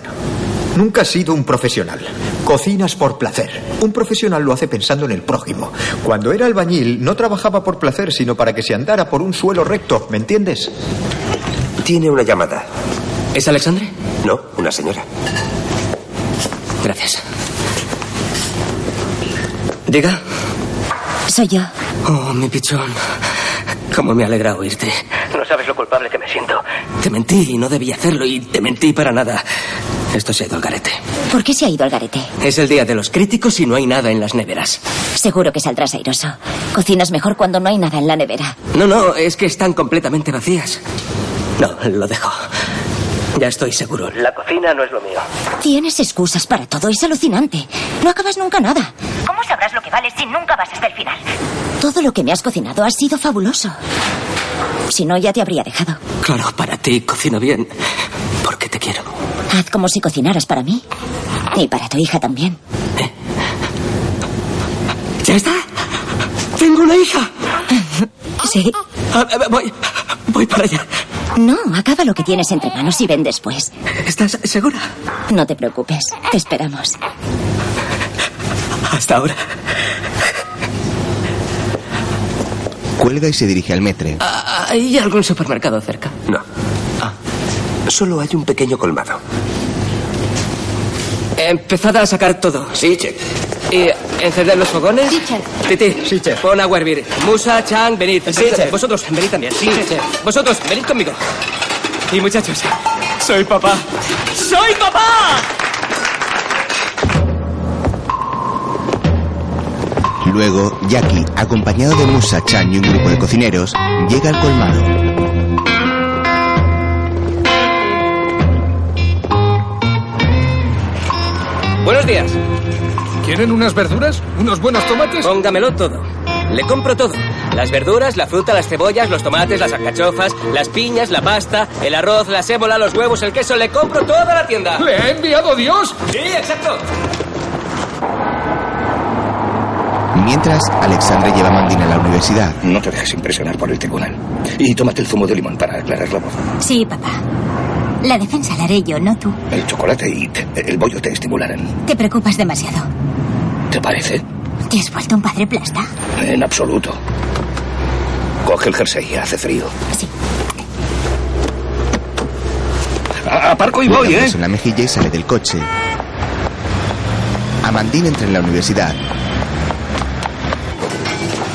[SPEAKER 30] Nunca has sido un profesional. Cocinas por placer. Un profesional lo hace pensando en el prójimo. Cuando era albañil no trabajaba por placer, sino para que se andara por un suelo recto, ¿me entiendes?
[SPEAKER 31] Tiene una llamada.
[SPEAKER 8] ¿Es Alexandre?
[SPEAKER 31] No, una señora.
[SPEAKER 8] Gracias. Diga.
[SPEAKER 13] Soy yo.
[SPEAKER 8] Oh, mi pichón. Cómo me alegra oírte.
[SPEAKER 28] No sabes lo culpable que me siento.
[SPEAKER 8] Te mentí y no debía hacerlo y te mentí para nada. Esto se ha ido al garete.
[SPEAKER 13] ¿Por qué se ha ido al garete?
[SPEAKER 8] Es el día de los críticos y no hay nada en las neveras.
[SPEAKER 13] Seguro que saldrás airoso. Cocinas mejor cuando no hay nada en la nevera.
[SPEAKER 8] No, no, es que están completamente vacías. No, lo dejo. Ya estoy seguro.
[SPEAKER 28] La cocina no es lo mío.
[SPEAKER 13] Tienes excusas para todo, es alucinante. No acabas nunca nada.
[SPEAKER 4] ¿Cómo sabrás lo que vale si nunca vas hasta el final?
[SPEAKER 13] Todo lo que me has cocinado ha sido fabuloso. Si no, ya te habría dejado.
[SPEAKER 8] Claro, para ti cocino bien. Porque te quiero.
[SPEAKER 13] Haz como si cocinaras para mí. Y para tu hija también.
[SPEAKER 8] ¿Ya está? Tengo una hija.
[SPEAKER 13] Sí.
[SPEAKER 8] Ah, eh, voy, voy para allá.
[SPEAKER 13] No, acaba lo que tienes entre manos y ven después.
[SPEAKER 8] ¿Estás segura?
[SPEAKER 13] No te preocupes, te esperamos.
[SPEAKER 8] Hasta ahora.
[SPEAKER 3] cuelga y se dirige al metre.
[SPEAKER 8] ¿Hay algún supermercado cerca? Ah.
[SPEAKER 31] No. Solo hay un pequeño colmado.
[SPEAKER 8] Empezad a sacar todo.
[SPEAKER 31] Sí, chef.
[SPEAKER 8] ¿Y encender los fogones? Sí, chef. Titi, pon agua a hervir. Musa, Chan, venid.
[SPEAKER 28] Sí, chef.
[SPEAKER 8] Vosotros, venid también. Sí, chef. Vosotros, venid conmigo. Y muchachos, soy papá. ¡Soy papá!
[SPEAKER 3] Luego, Jackie, acompañado de Musa, Chan y un grupo de cocineros, llega al colmado.
[SPEAKER 36] Buenos días.
[SPEAKER 37] ¿Quieren unas verduras? ¿Unos buenos tomates?
[SPEAKER 36] Póngamelo todo. Le compro todo. Las verduras, la fruta, las cebollas, los tomates, las alcachofas, las piñas, la pasta, el arroz, la sémola, los huevos, el queso. Le compro toda la tienda.
[SPEAKER 37] ¿Le ha enviado Dios?
[SPEAKER 36] Sí, exacto.
[SPEAKER 3] Mientras, Alexandre lleva a Mandina a la universidad.
[SPEAKER 2] No te dejes impresionar por el tribunal. Y tómate el zumo de limón para aclarar la voz.
[SPEAKER 22] Sí, papá. La defensa la haré yo, no tú.
[SPEAKER 2] El chocolate y t- el bollo te estimularán.
[SPEAKER 22] Te preocupas demasiado.
[SPEAKER 2] ¿Te parece?
[SPEAKER 22] ¿Te has vuelto un padre plasta?
[SPEAKER 2] En absoluto. Coge el jersey, hace frío.
[SPEAKER 22] Sí.
[SPEAKER 2] A- Aparco y
[SPEAKER 3] Le da
[SPEAKER 2] voy,
[SPEAKER 3] un
[SPEAKER 2] ¿eh?
[SPEAKER 3] beso en la mejilla y sale del coche. Amandine entra en la universidad.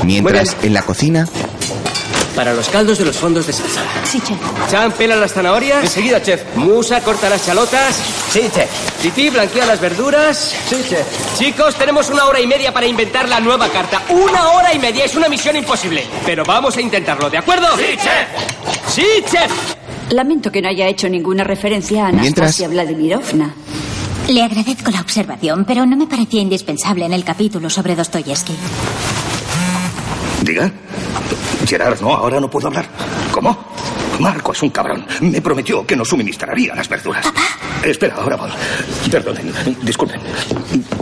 [SPEAKER 3] Mientras, en la cocina,
[SPEAKER 8] Para los caldos de los fondos de salsa.
[SPEAKER 22] Sí, chef.
[SPEAKER 8] Chan, pela las zanahorias. Enseguida, chef. Musa, corta las chalotas. Sí, chef. Titi, blanquea las verduras. Sí, chef. Chicos, tenemos una hora y media para inventar la nueva carta. ¡Una hora y media! Es una misión imposible. Pero vamos a intentarlo, ¿de acuerdo?
[SPEAKER 21] Sí,
[SPEAKER 8] chef. Sí, chef.
[SPEAKER 21] Lamento que no haya hecho ninguna referencia a Anastasia Vladimirovna.
[SPEAKER 22] Le agradezco la observación, pero no me parecía indispensable en el capítulo sobre Dostoyevsky.
[SPEAKER 2] Diga. Gerard, no, ahora no puedo hablar. ¿Cómo? Marco es un cabrón. Me prometió que nos suministraría las verduras. Espera, ahora voy. Perdonen, disculpen.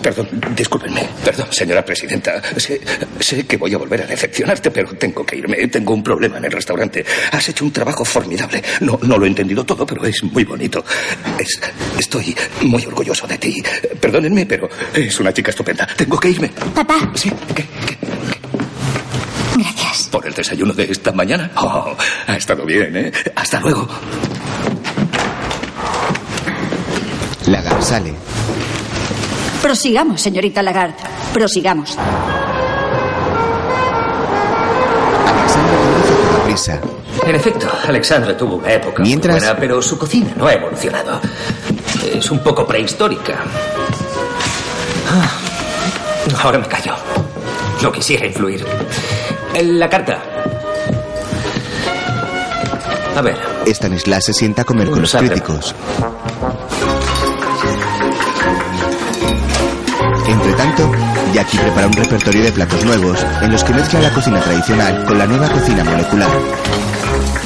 [SPEAKER 2] Perdón, discúlpenme. Perdón, señora presidenta. Sé, sé que voy a volver a decepcionarte, pero tengo que irme. Tengo un problema en el restaurante. Has hecho un trabajo formidable. No, no lo he entendido todo, pero es muy bonito. Es- estoy muy orgulloso de ti. Perdónenme, pero es una chica estupenda. Tengo que irme.
[SPEAKER 22] Papá.
[SPEAKER 2] Sí,
[SPEAKER 22] Gracias.
[SPEAKER 2] ¿Por el desayuno de esta mañana? Oh, ha estado bien, ¿eh? Hasta luego.
[SPEAKER 3] Lagar sale.
[SPEAKER 21] Prosigamos, señorita Lagarde. Prosigamos.
[SPEAKER 3] a prisa.
[SPEAKER 5] En efecto, Alexandre tuvo una época muy buena, pero su cocina no ha evolucionado. Es un poco prehistórica. Ah, Ahora me callo. No quisiera influir. La carta. A ver.
[SPEAKER 3] Stanislas se sienta a comer con los críticos. Entre tanto, Jackie prepara un repertorio de platos nuevos en los que mezcla la cocina tradicional con la nueva cocina molecular.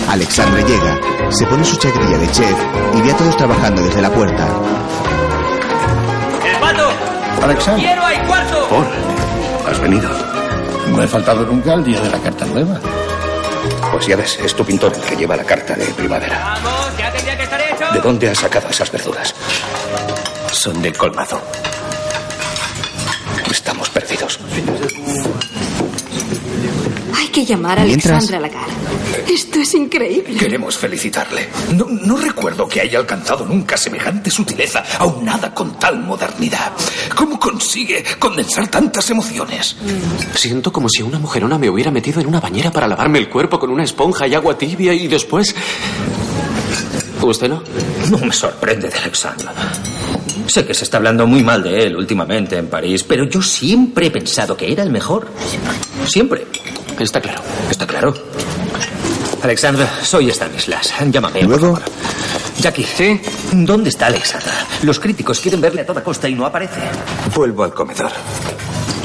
[SPEAKER 3] Alexandre llega, se pone su chaquetilla de chef y ve a todos trabajando desde la puerta.
[SPEAKER 8] ¡El pato!
[SPEAKER 38] Alexandre.
[SPEAKER 8] ¡Quiero hay cuarto!
[SPEAKER 38] Por, has venido. No he faltado nunca al día de la carta nueva.
[SPEAKER 2] Pues ya ves, es tu pintor el que lleva la carta de primavera.
[SPEAKER 8] Vamos, ya tendría que estar hecho.
[SPEAKER 2] ¿De dónde has sacado esas verduras? Son del colmado. Estamos perdidos.
[SPEAKER 21] Hay que llamar a
[SPEAKER 2] Mientras-
[SPEAKER 21] Alexandra Lagarde. Esto es increíble.
[SPEAKER 38] Queremos felicitarle. No, no recuerdo que haya alcanzado nunca semejante sutileza, aunada con tal modernidad. ¿Cómo consigue condensar tantas emociones?
[SPEAKER 39] Siento como si una mujerona me hubiera metido en una bañera para lavarme el cuerpo con una esponja y agua tibia y después... ¿Usted no?
[SPEAKER 5] No me sorprende de Alexandre. Sé que se está hablando muy mal de él últimamente en París, pero yo siempre he pensado que era el mejor. Siempre.
[SPEAKER 39] Está claro.
[SPEAKER 5] Está claro. Alexandra, soy Stanislas. Llámame.
[SPEAKER 3] Luego.
[SPEAKER 5] Jackie. ¿Sí? ¿Dónde está Alexandra? Los críticos quieren verle a toda costa y no aparece. Vuelvo al comedor.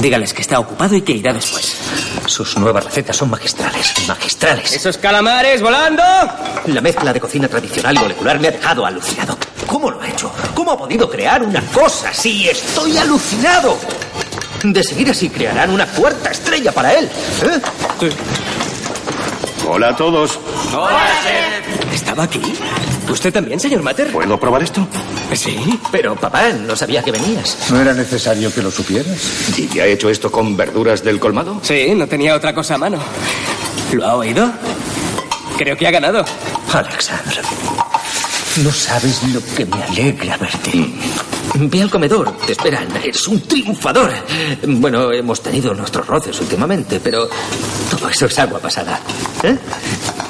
[SPEAKER 5] Dígales que está ocupado y que irá después. Sus nuevas recetas son magistrales. Magistrales.
[SPEAKER 8] ¡Esos calamares volando!
[SPEAKER 5] La mezcla de cocina tradicional y molecular me ha dejado alucinado. ¿Cómo lo ha hecho? ¿Cómo ha podido crear una cosa así? ¡Estoy alucinado! De seguir así crearán una cuarta estrella para él. ¿eh?
[SPEAKER 2] Hola a todos.
[SPEAKER 5] ¿Estaba aquí? ¿Usted también, señor Mater?
[SPEAKER 2] ¿Puedo probar esto?
[SPEAKER 5] Sí, pero papá, no sabía que venías.
[SPEAKER 38] No era necesario que lo supieras.
[SPEAKER 2] ¿Y te ha hecho esto con verduras del colmado?
[SPEAKER 8] Sí, no tenía otra cosa a mano. ¿Lo ha oído? Creo que ha ganado.
[SPEAKER 5] Alexandra. No sabes lo que me alegra verte. Ve al comedor, te esperan. Es un triunfador. Bueno, hemos tenido nuestros roces últimamente, pero todo eso es agua pasada. ¿Eh?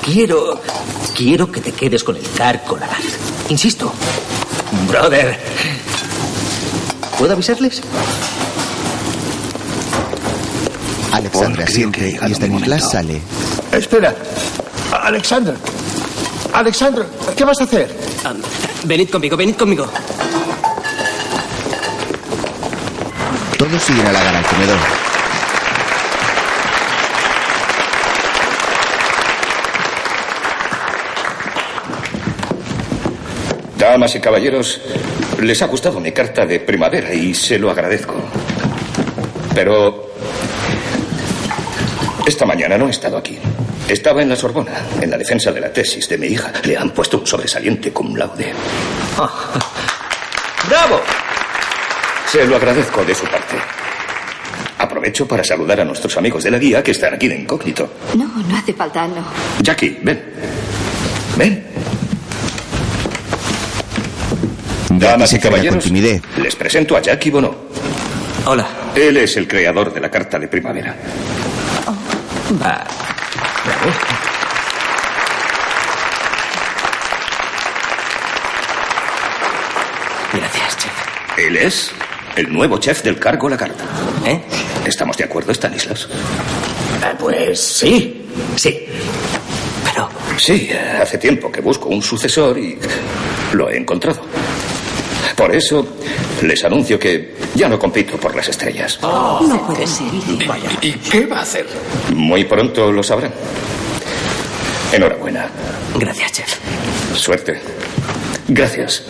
[SPEAKER 5] Quiero. Quiero que te quedes con el carco lagar. Insisto. Brother. ¿Puedo avisarles?
[SPEAKER 3] Alexandre asiente y Stanislas sale.
[SPEAKER 38] Espera. Alexandra. Alexandra, ¿qué vas a hacer?
[SPEAKER 8] Venid conmigo, venid conmigo.
[SPEAKER 3] Todos siguen a Lagar al comedor.
[SPEAKER 2] Damas y caballeros, les ha gustado mi carta de primavera y se lo agradezco. Pero esta mañana no he estado aquí. Estaba en la Sorbona, en la defensa de la tesis de mi hija. Le han puesto un sobresaliente cum laude.
[SPEAKER 5] Oh.
[SPEAKER 7] ¡Bravo!
[SPEAKER 2] Se lo agradezco de su parte. Aprovecho para saludar a nuestros amigos de la guía que están aquí de incógnito.
[SPEAKER 21] No, no hace falta, no.
[SPEAKER 2] Jackie, ven. Ven.
[SPEAKER 3] Damas y caballeros, timidez.
[SPEAKER 2] Les presento a Jackie Bono. Hola. Él es el creador de la carta de primavera.
[SPEAKER 7] Va.
[SPEAKER 2] Gracias, chef. Él es el nuevo chef del cargo La Carta. ¿Eh? ¿Estamos de acuerdo, Stanislas?
[SPEAKER 7] Pues sí. Sí.
[SPEAKER 2] Pero. Sí, hace tiempo que busco un sucesor y lo he encontrado. Por eso les anuncio que ya no compito por las estrellas.
[SPEAKER 21] No puede ser.
[SPEAKER 40] ¿Y qué va a hacer?
[SPEAKER 2] Muy pronto lo sabrán. Enhorabuena.
[SPEAKER 7] Gracias, chef.
[SPEAKER 2] Suerte. Gracias.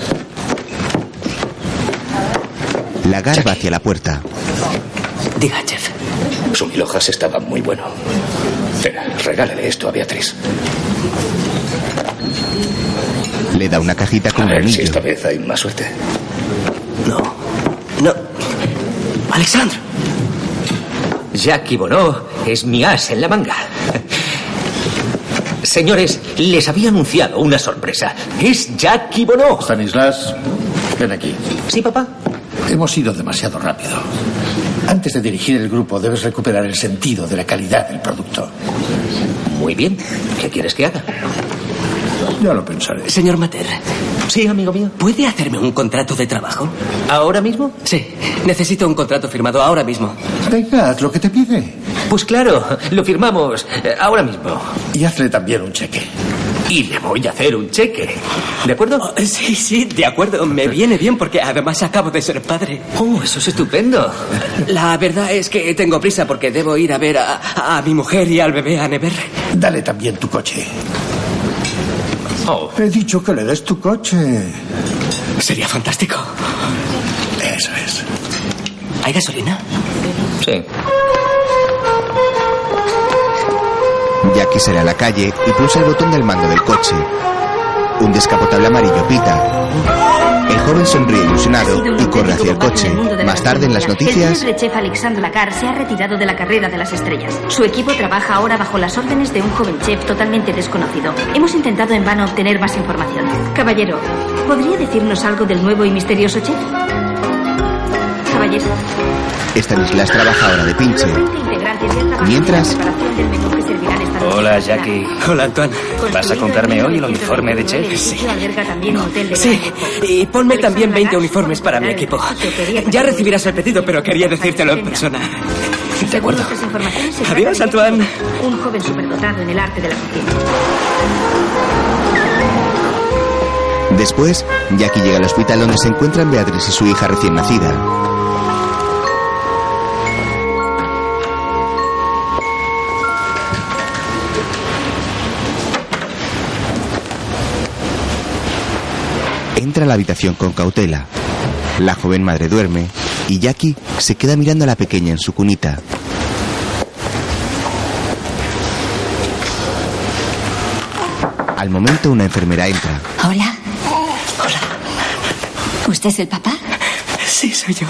[SPEAKER 3] Lagar va hacia la puerta.
[SPEAKER 7] Diga, chef.
[SPEAKER 2] Su mil hojas estaba muy bueno. Espera, regálale esto a Beatriz.
[SPEAKER 3] Le da una cajita con
[SPEAKER 2] A
[SPEAKER 3] un
[SPEAKER 2] ver si
[SPEAKER 3] anillo.
[SPEAKER 2] esta vez hay más suerte.
[SPEAKER 7] No. Alexandre. Jackie Bonó es mi as en la manga. Señores, les había anunciado una sorpresa. Es Jackie Bonó.
[SPEAKER 26] Stanislas, ven aquí.
[SPEAKER 7] Sí, papá.
[SPEAKER 26] Hemos ido demasiado rápido. Antes de dirigir el grupo, debes recuperar el sentido de la calidad del producto.
[SPEAKER 7] Muy bien. ¿Qué quieres que haga?
[SPEAKER 26] Ya lo pensaré.
[SPEAKER 8] Señor Mater.
[SPEAKER 7] Sí, amigo mío.
[SPEAKER 8] ¿Puede hacerme un contrato de trabajo?
[SPEAKER 7] ¿Ahora mismo?
[SPEAKER 8] Sí. Necesito un contrato firmado ahora mismo.
[SPEAKER 26] Venga, haz lo que te pide.
[SPEAKER 7] Pues claro, lo firmamos eh, ahora mismo.
[SPEAKER 26] Y hazle también un cheque.
[SPEAKER 7] Y le voy a hacer un cheque. ¿De acuerdo?
[SPEAKER 8] sí, sí, de acuerdo. Me viene bien porque además acabo de ser padre.
[SPEAKER 7] Oh, eso es estupendo.
[SPEAKER 8] La verdad es que tengo prisa porque debo ir a ver a, a mi mujer y al bebé a Never.
[SPEAKER 26] Dale también tu coche.
[SPEAKER 7] Oh.
[SPEAKER 26] He dicho que le des tu coche.
[SPEAKER 8] Sería fantástico.
[SPEAKER 26] Eso es.
[SPEAKER 8] ¿Hay gasolina?
[SPEAKER 7] Sí.
[SPEAKER 3] Jackie sale a la calle y pulsa el botón del mando del coche. Un descapotable amarillo pita. El joven sonríe ilusionado y corre hacia el coche. Más tarde en las
[SPEAKER 4] El
[SPEAKER 3] noticias,
[SPEAKER 4] célebre chef Alexandre Lagarde se ha retirado de la carrera de las estrellas. Su equipo trabaja ahora bajo las órdenes de un joven chef totalmente desconocido. Hemos intentado en vano obtener más información. Caballero, ¿podría decirnos algo del nuevo y misterioso chef? Caballero,
[SPEAKER 3] Stanislas trabaja ahora de pinche.
[SPEAKER 4] integrantes y el trabajo
[SPEAKER 3] Mientras,
[SPEAKER 4] del menú que servirán esta noche.
[SPEAKER 16] Hola, Jackie.
[SPEAKER 8] Hola, Antoine.
[SPEAKER 16] ¿Vas a contarme hoy el uniforme de
[SPEAKER 4] El
[SPEAKER 16] chef?
[SPEAKER 4] edificio alberga también un hotel de
[SPEAKER 8] Sí, y ponme también 20 uniformes para mi equipo. Ya recibirás el pedido, pero quería decírtelo en persona.
[SPEAKER 4] De acuerdo. Nuestras informaciones, se trata
[SPEAKER 8] Adiós,
[SPEAKER 4] de
[SPEAKER 8] Antoine.
[SPEAKER 4] un joven superdotado en el arte de la cocina.
[SPEAKER 3] después, Jackie llega al hospital donde se encuentran Beatriz y su hija recién nacida. Entra a la habitación con cautela. La joven madre duerme y Jackie se queda mirando a la pequeña en su cunita. Al momento una enfermera entra.
[SPEAKER 13] Hola. ¿Usted es el papá?
[SPEAKER 8] Sí, soy yo.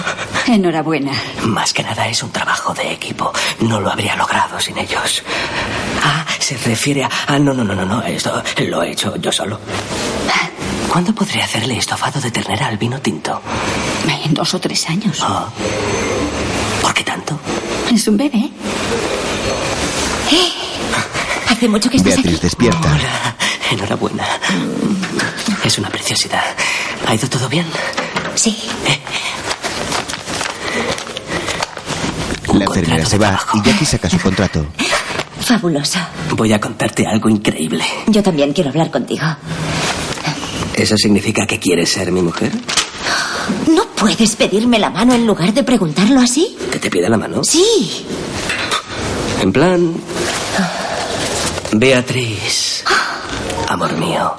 [SPEAKER 13] Enhorabuena.
[SPEAKER 8] Más que nada es un trabajo de equipo. No lo habría logrado sin ellos. Ah, se refiere a... Ah, no, no, no, no, no. Esto lo he hecho yo solo. ¿Cuándo podré hacerle estofado de ternera al vino tinto? Ah.
[SPEAKER 13] En dos o tres años.
[SPEAKER 8] ¿Por qué tanto?
[SPEAKER 13] Es un bebé. ¡Eh! Hace mucho que estás
[SPEAKER 3] Beatriz despierta.
[SPEAKER 8] Hola. Enhorabuena. Es una preciosidad. ¿Ha ido todo bien?
[SPEAKER 13] Sí.
[SPEAKER 3] La enfermera se va y Jackie saca su contrato.
[SPEAKER 13] aquí. Fabuloso.
[SPEAKER 8] Voy a contarte algo increíble.
[SPEAKER 13] Yo también quiero hablar contigo.
[SPEAKER 8] ¿Eso significa que quieres ser mi mujer?
[SPEAKER 13] No ¿Puedes pedirme la mano en lugar de preguntarlo así?
[SPEAKER 41] ¿Que te pida la mano?
[SPEAKER 13] Sí.
[SPEAKER 41] En plan...
[SPEAKER 42] Ah.
[SPEAKER 41] Beatriz,
[SPEAKER 42] Ah.
[SPEAKER 41] amor mío,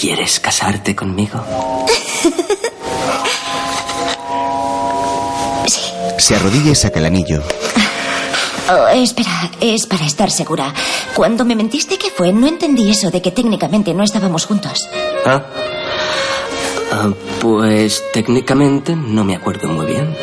[SPEAKER 41] ¿quieres casarte conmigo?
[SPEAKER 3] Se arrodilla y saca el anillo.
[SPEAKER 13] Oh, espera, es para estar segura. Cuando me mentiste, ¿qué fue? No entendí eso de que técnicamente no estábamos juntos.
[SPEAKER 41] Ah. Ah, pues técnicamente no me acuerdo muy bien.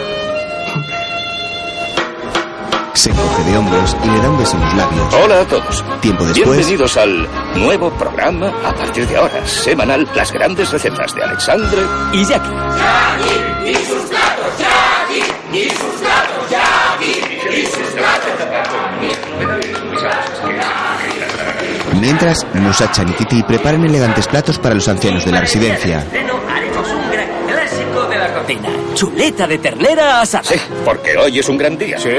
[SPEAKER 3] Se coge de hombros y le da un beso en los labios.
[SPEAKER 2] Hola a todos.
[SPEAKER 3] Tiempo después.
[SPEAKER 2] Bienvenidos al nuevo programa a partir de ahora, semanal, las grandes recetas de Alexandre y Jackie.
[SPEAKER 43] Jackie y sus gatos, Jackie y sus gatos, Jackie y sus gatos.
[SPEAKER 3] Mientras, Musacha y Kitty preparan elegantes platos para los ancianos de la residencia.
[SPEAKER 42] haremos un gran clásico de la cocina. Chuleta de ternera asada.
[SPEAKER 2] Sí, porque hoy es un gran día. Sí.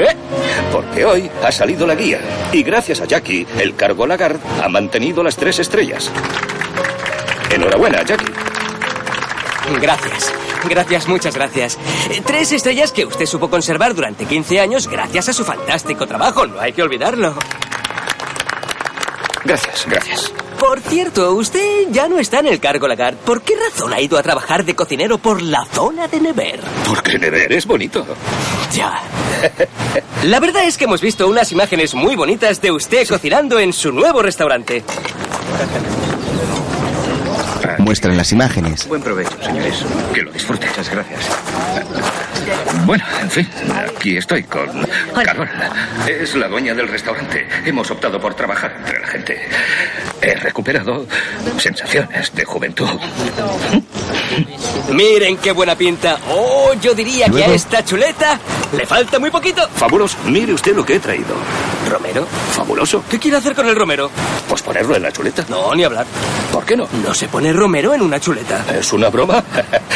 [SPEAKER 2] Porque hoy ha salido la guía. Y gracias a Jackie, el cargo Lagarde ha mantenido las tres estrellas. Enhorabuena, Jackie.
[SPEAKER 8] Gracias. Gracias, muchas gracias. Eh, Tres estrellas que usted supo conservar durante 15 años gracias a su fantástico trabajo, no hay que olvidarlo.
[SPEAKER 2] Gracias, gracias.
[SPEAKER 8] Por cierto, usted ya no está en el cargo Lagarde. ¿Por qué razón ha ido a trabajar de cocinero por la zona de Never?
[SPEAKER 2] Porque Never es bonito.
[SPEAKER 8] Ya. La verdad es que hemos visto unas imágenes muy bonitas de usted cocinando en su nuevo restaurante.
[SPEAKER 3] Muestran las imágenes.
[SPEAKER 44] Buen provecho, señores. Que lo disfruten. Muchas gracias. Bueno, en fin, aquí estoy con Carol. Es la dueña del restaurante. Hemos optado por trabajar entre la gente. He recuperado sensaciones de juventud.
[SPEAKER 8] Miren qué buena pinta. Oh, yo diría que
[SPEAKER 2] Luego.
[SPEAKER 8] a esta chuleta le falta muy poquito.
[SPEAKER 2] Fabuloso. Mire usted lo que he traído.
[SPEAKER 8] ¿Romero?
[SPEAKER 2] Fabuloso.
[SPEAKER 8] ¿Qué quiere hacer con el romero?
[SPEAKER 2] Pues ponerlo en la chuleta.
[SPEAKER 8] No, ni hablar.
[SPEAKER 2] ¿Por qué no?
[SPEAKER 8] No se pone romero en una chuleta.
[SPEAKER 2] ¿Es una broma?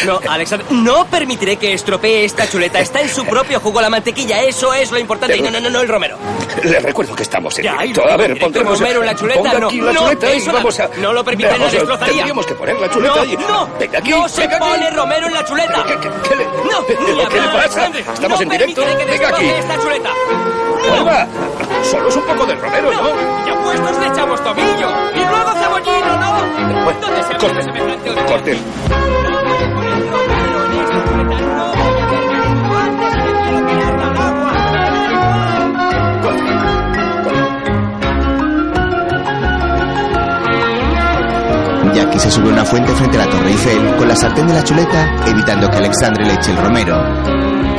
[SPEAKER 8] No, Alexander, no permitiré que estropee esta chuleta. Está en su propio jugo la mantequilla. Eso es lo importante. Y no, no, no, no, el romero.
[SPEAKER 2] Le recuerdo que estamos en
[SPEAKER 8] Ya,
[SPEAKER 2] directo.
[SPEAKER 8] ahí lo
[SPEAKER 2] A ver,
[SPEAKER 8] directo,
[SPEAKER 2] pondremos...
[SPEAKER 8] Romero en la chuleta,
[SPEAKER 2] Ponga
[SPEAKER 8] no,
[SPEAKER 2] aquí la
[SPEAKER 8] no,
[SPEAKER 2] chuleta y
[SPEAKER 8] eso no.
[SPEAKER 2] vamos a...
[SPEAKER 8] No lo permite,
[SPEAKER 2] Vamos,
[SPEAKER 8] nos destrozaría.
[SPEAKER 2] Tendríamos que poner la chuleta
[SPEAKER 8] No,
[SPEAKER 2] y...
[SPEAKER 8] no,
[SPEAKER 2] venga aquí,
[SPEAKER 8] no se
[SPEAKER 2] venga aquí.
[SPEAKER 8] pone romero en la chuleta.
[SPEAKER 2] ¿Qué, qué- qué le...
[SPEAKER 8] No, ni
[SPEAKER 2] ¿Qué le
[SPEAKER 8] hablar,
[SPEAKER 2] pasa?
[SPEAKER 8] Alexander.
[SPEAKER 2] Estamos
[SPEAKER 8] No
[SPEAKER 2] en directo.
[SPEAKER 8] permitiré que
[SPEAKER 2] Venga aquí.
[SPEAKER 8] destroce esta chuleta.
[SPEAKER 2] Vuelva. Solo es un poco de romero, ¿no?
[SPEAKER 8] Ya puestos le echamos tomillo. Y luego cebollino, ¿no? ¿Dónde se
[SPEAKER 2] corte.
[SPEAKER 8] ve semejante horror?
[SPEAKER 2] Corte.
[SPEAKER 3] Jackie se sube a una fuente frente a la Torre Eiffel con la sartén de la chuleta, evitando que Alexandre le eche el romero.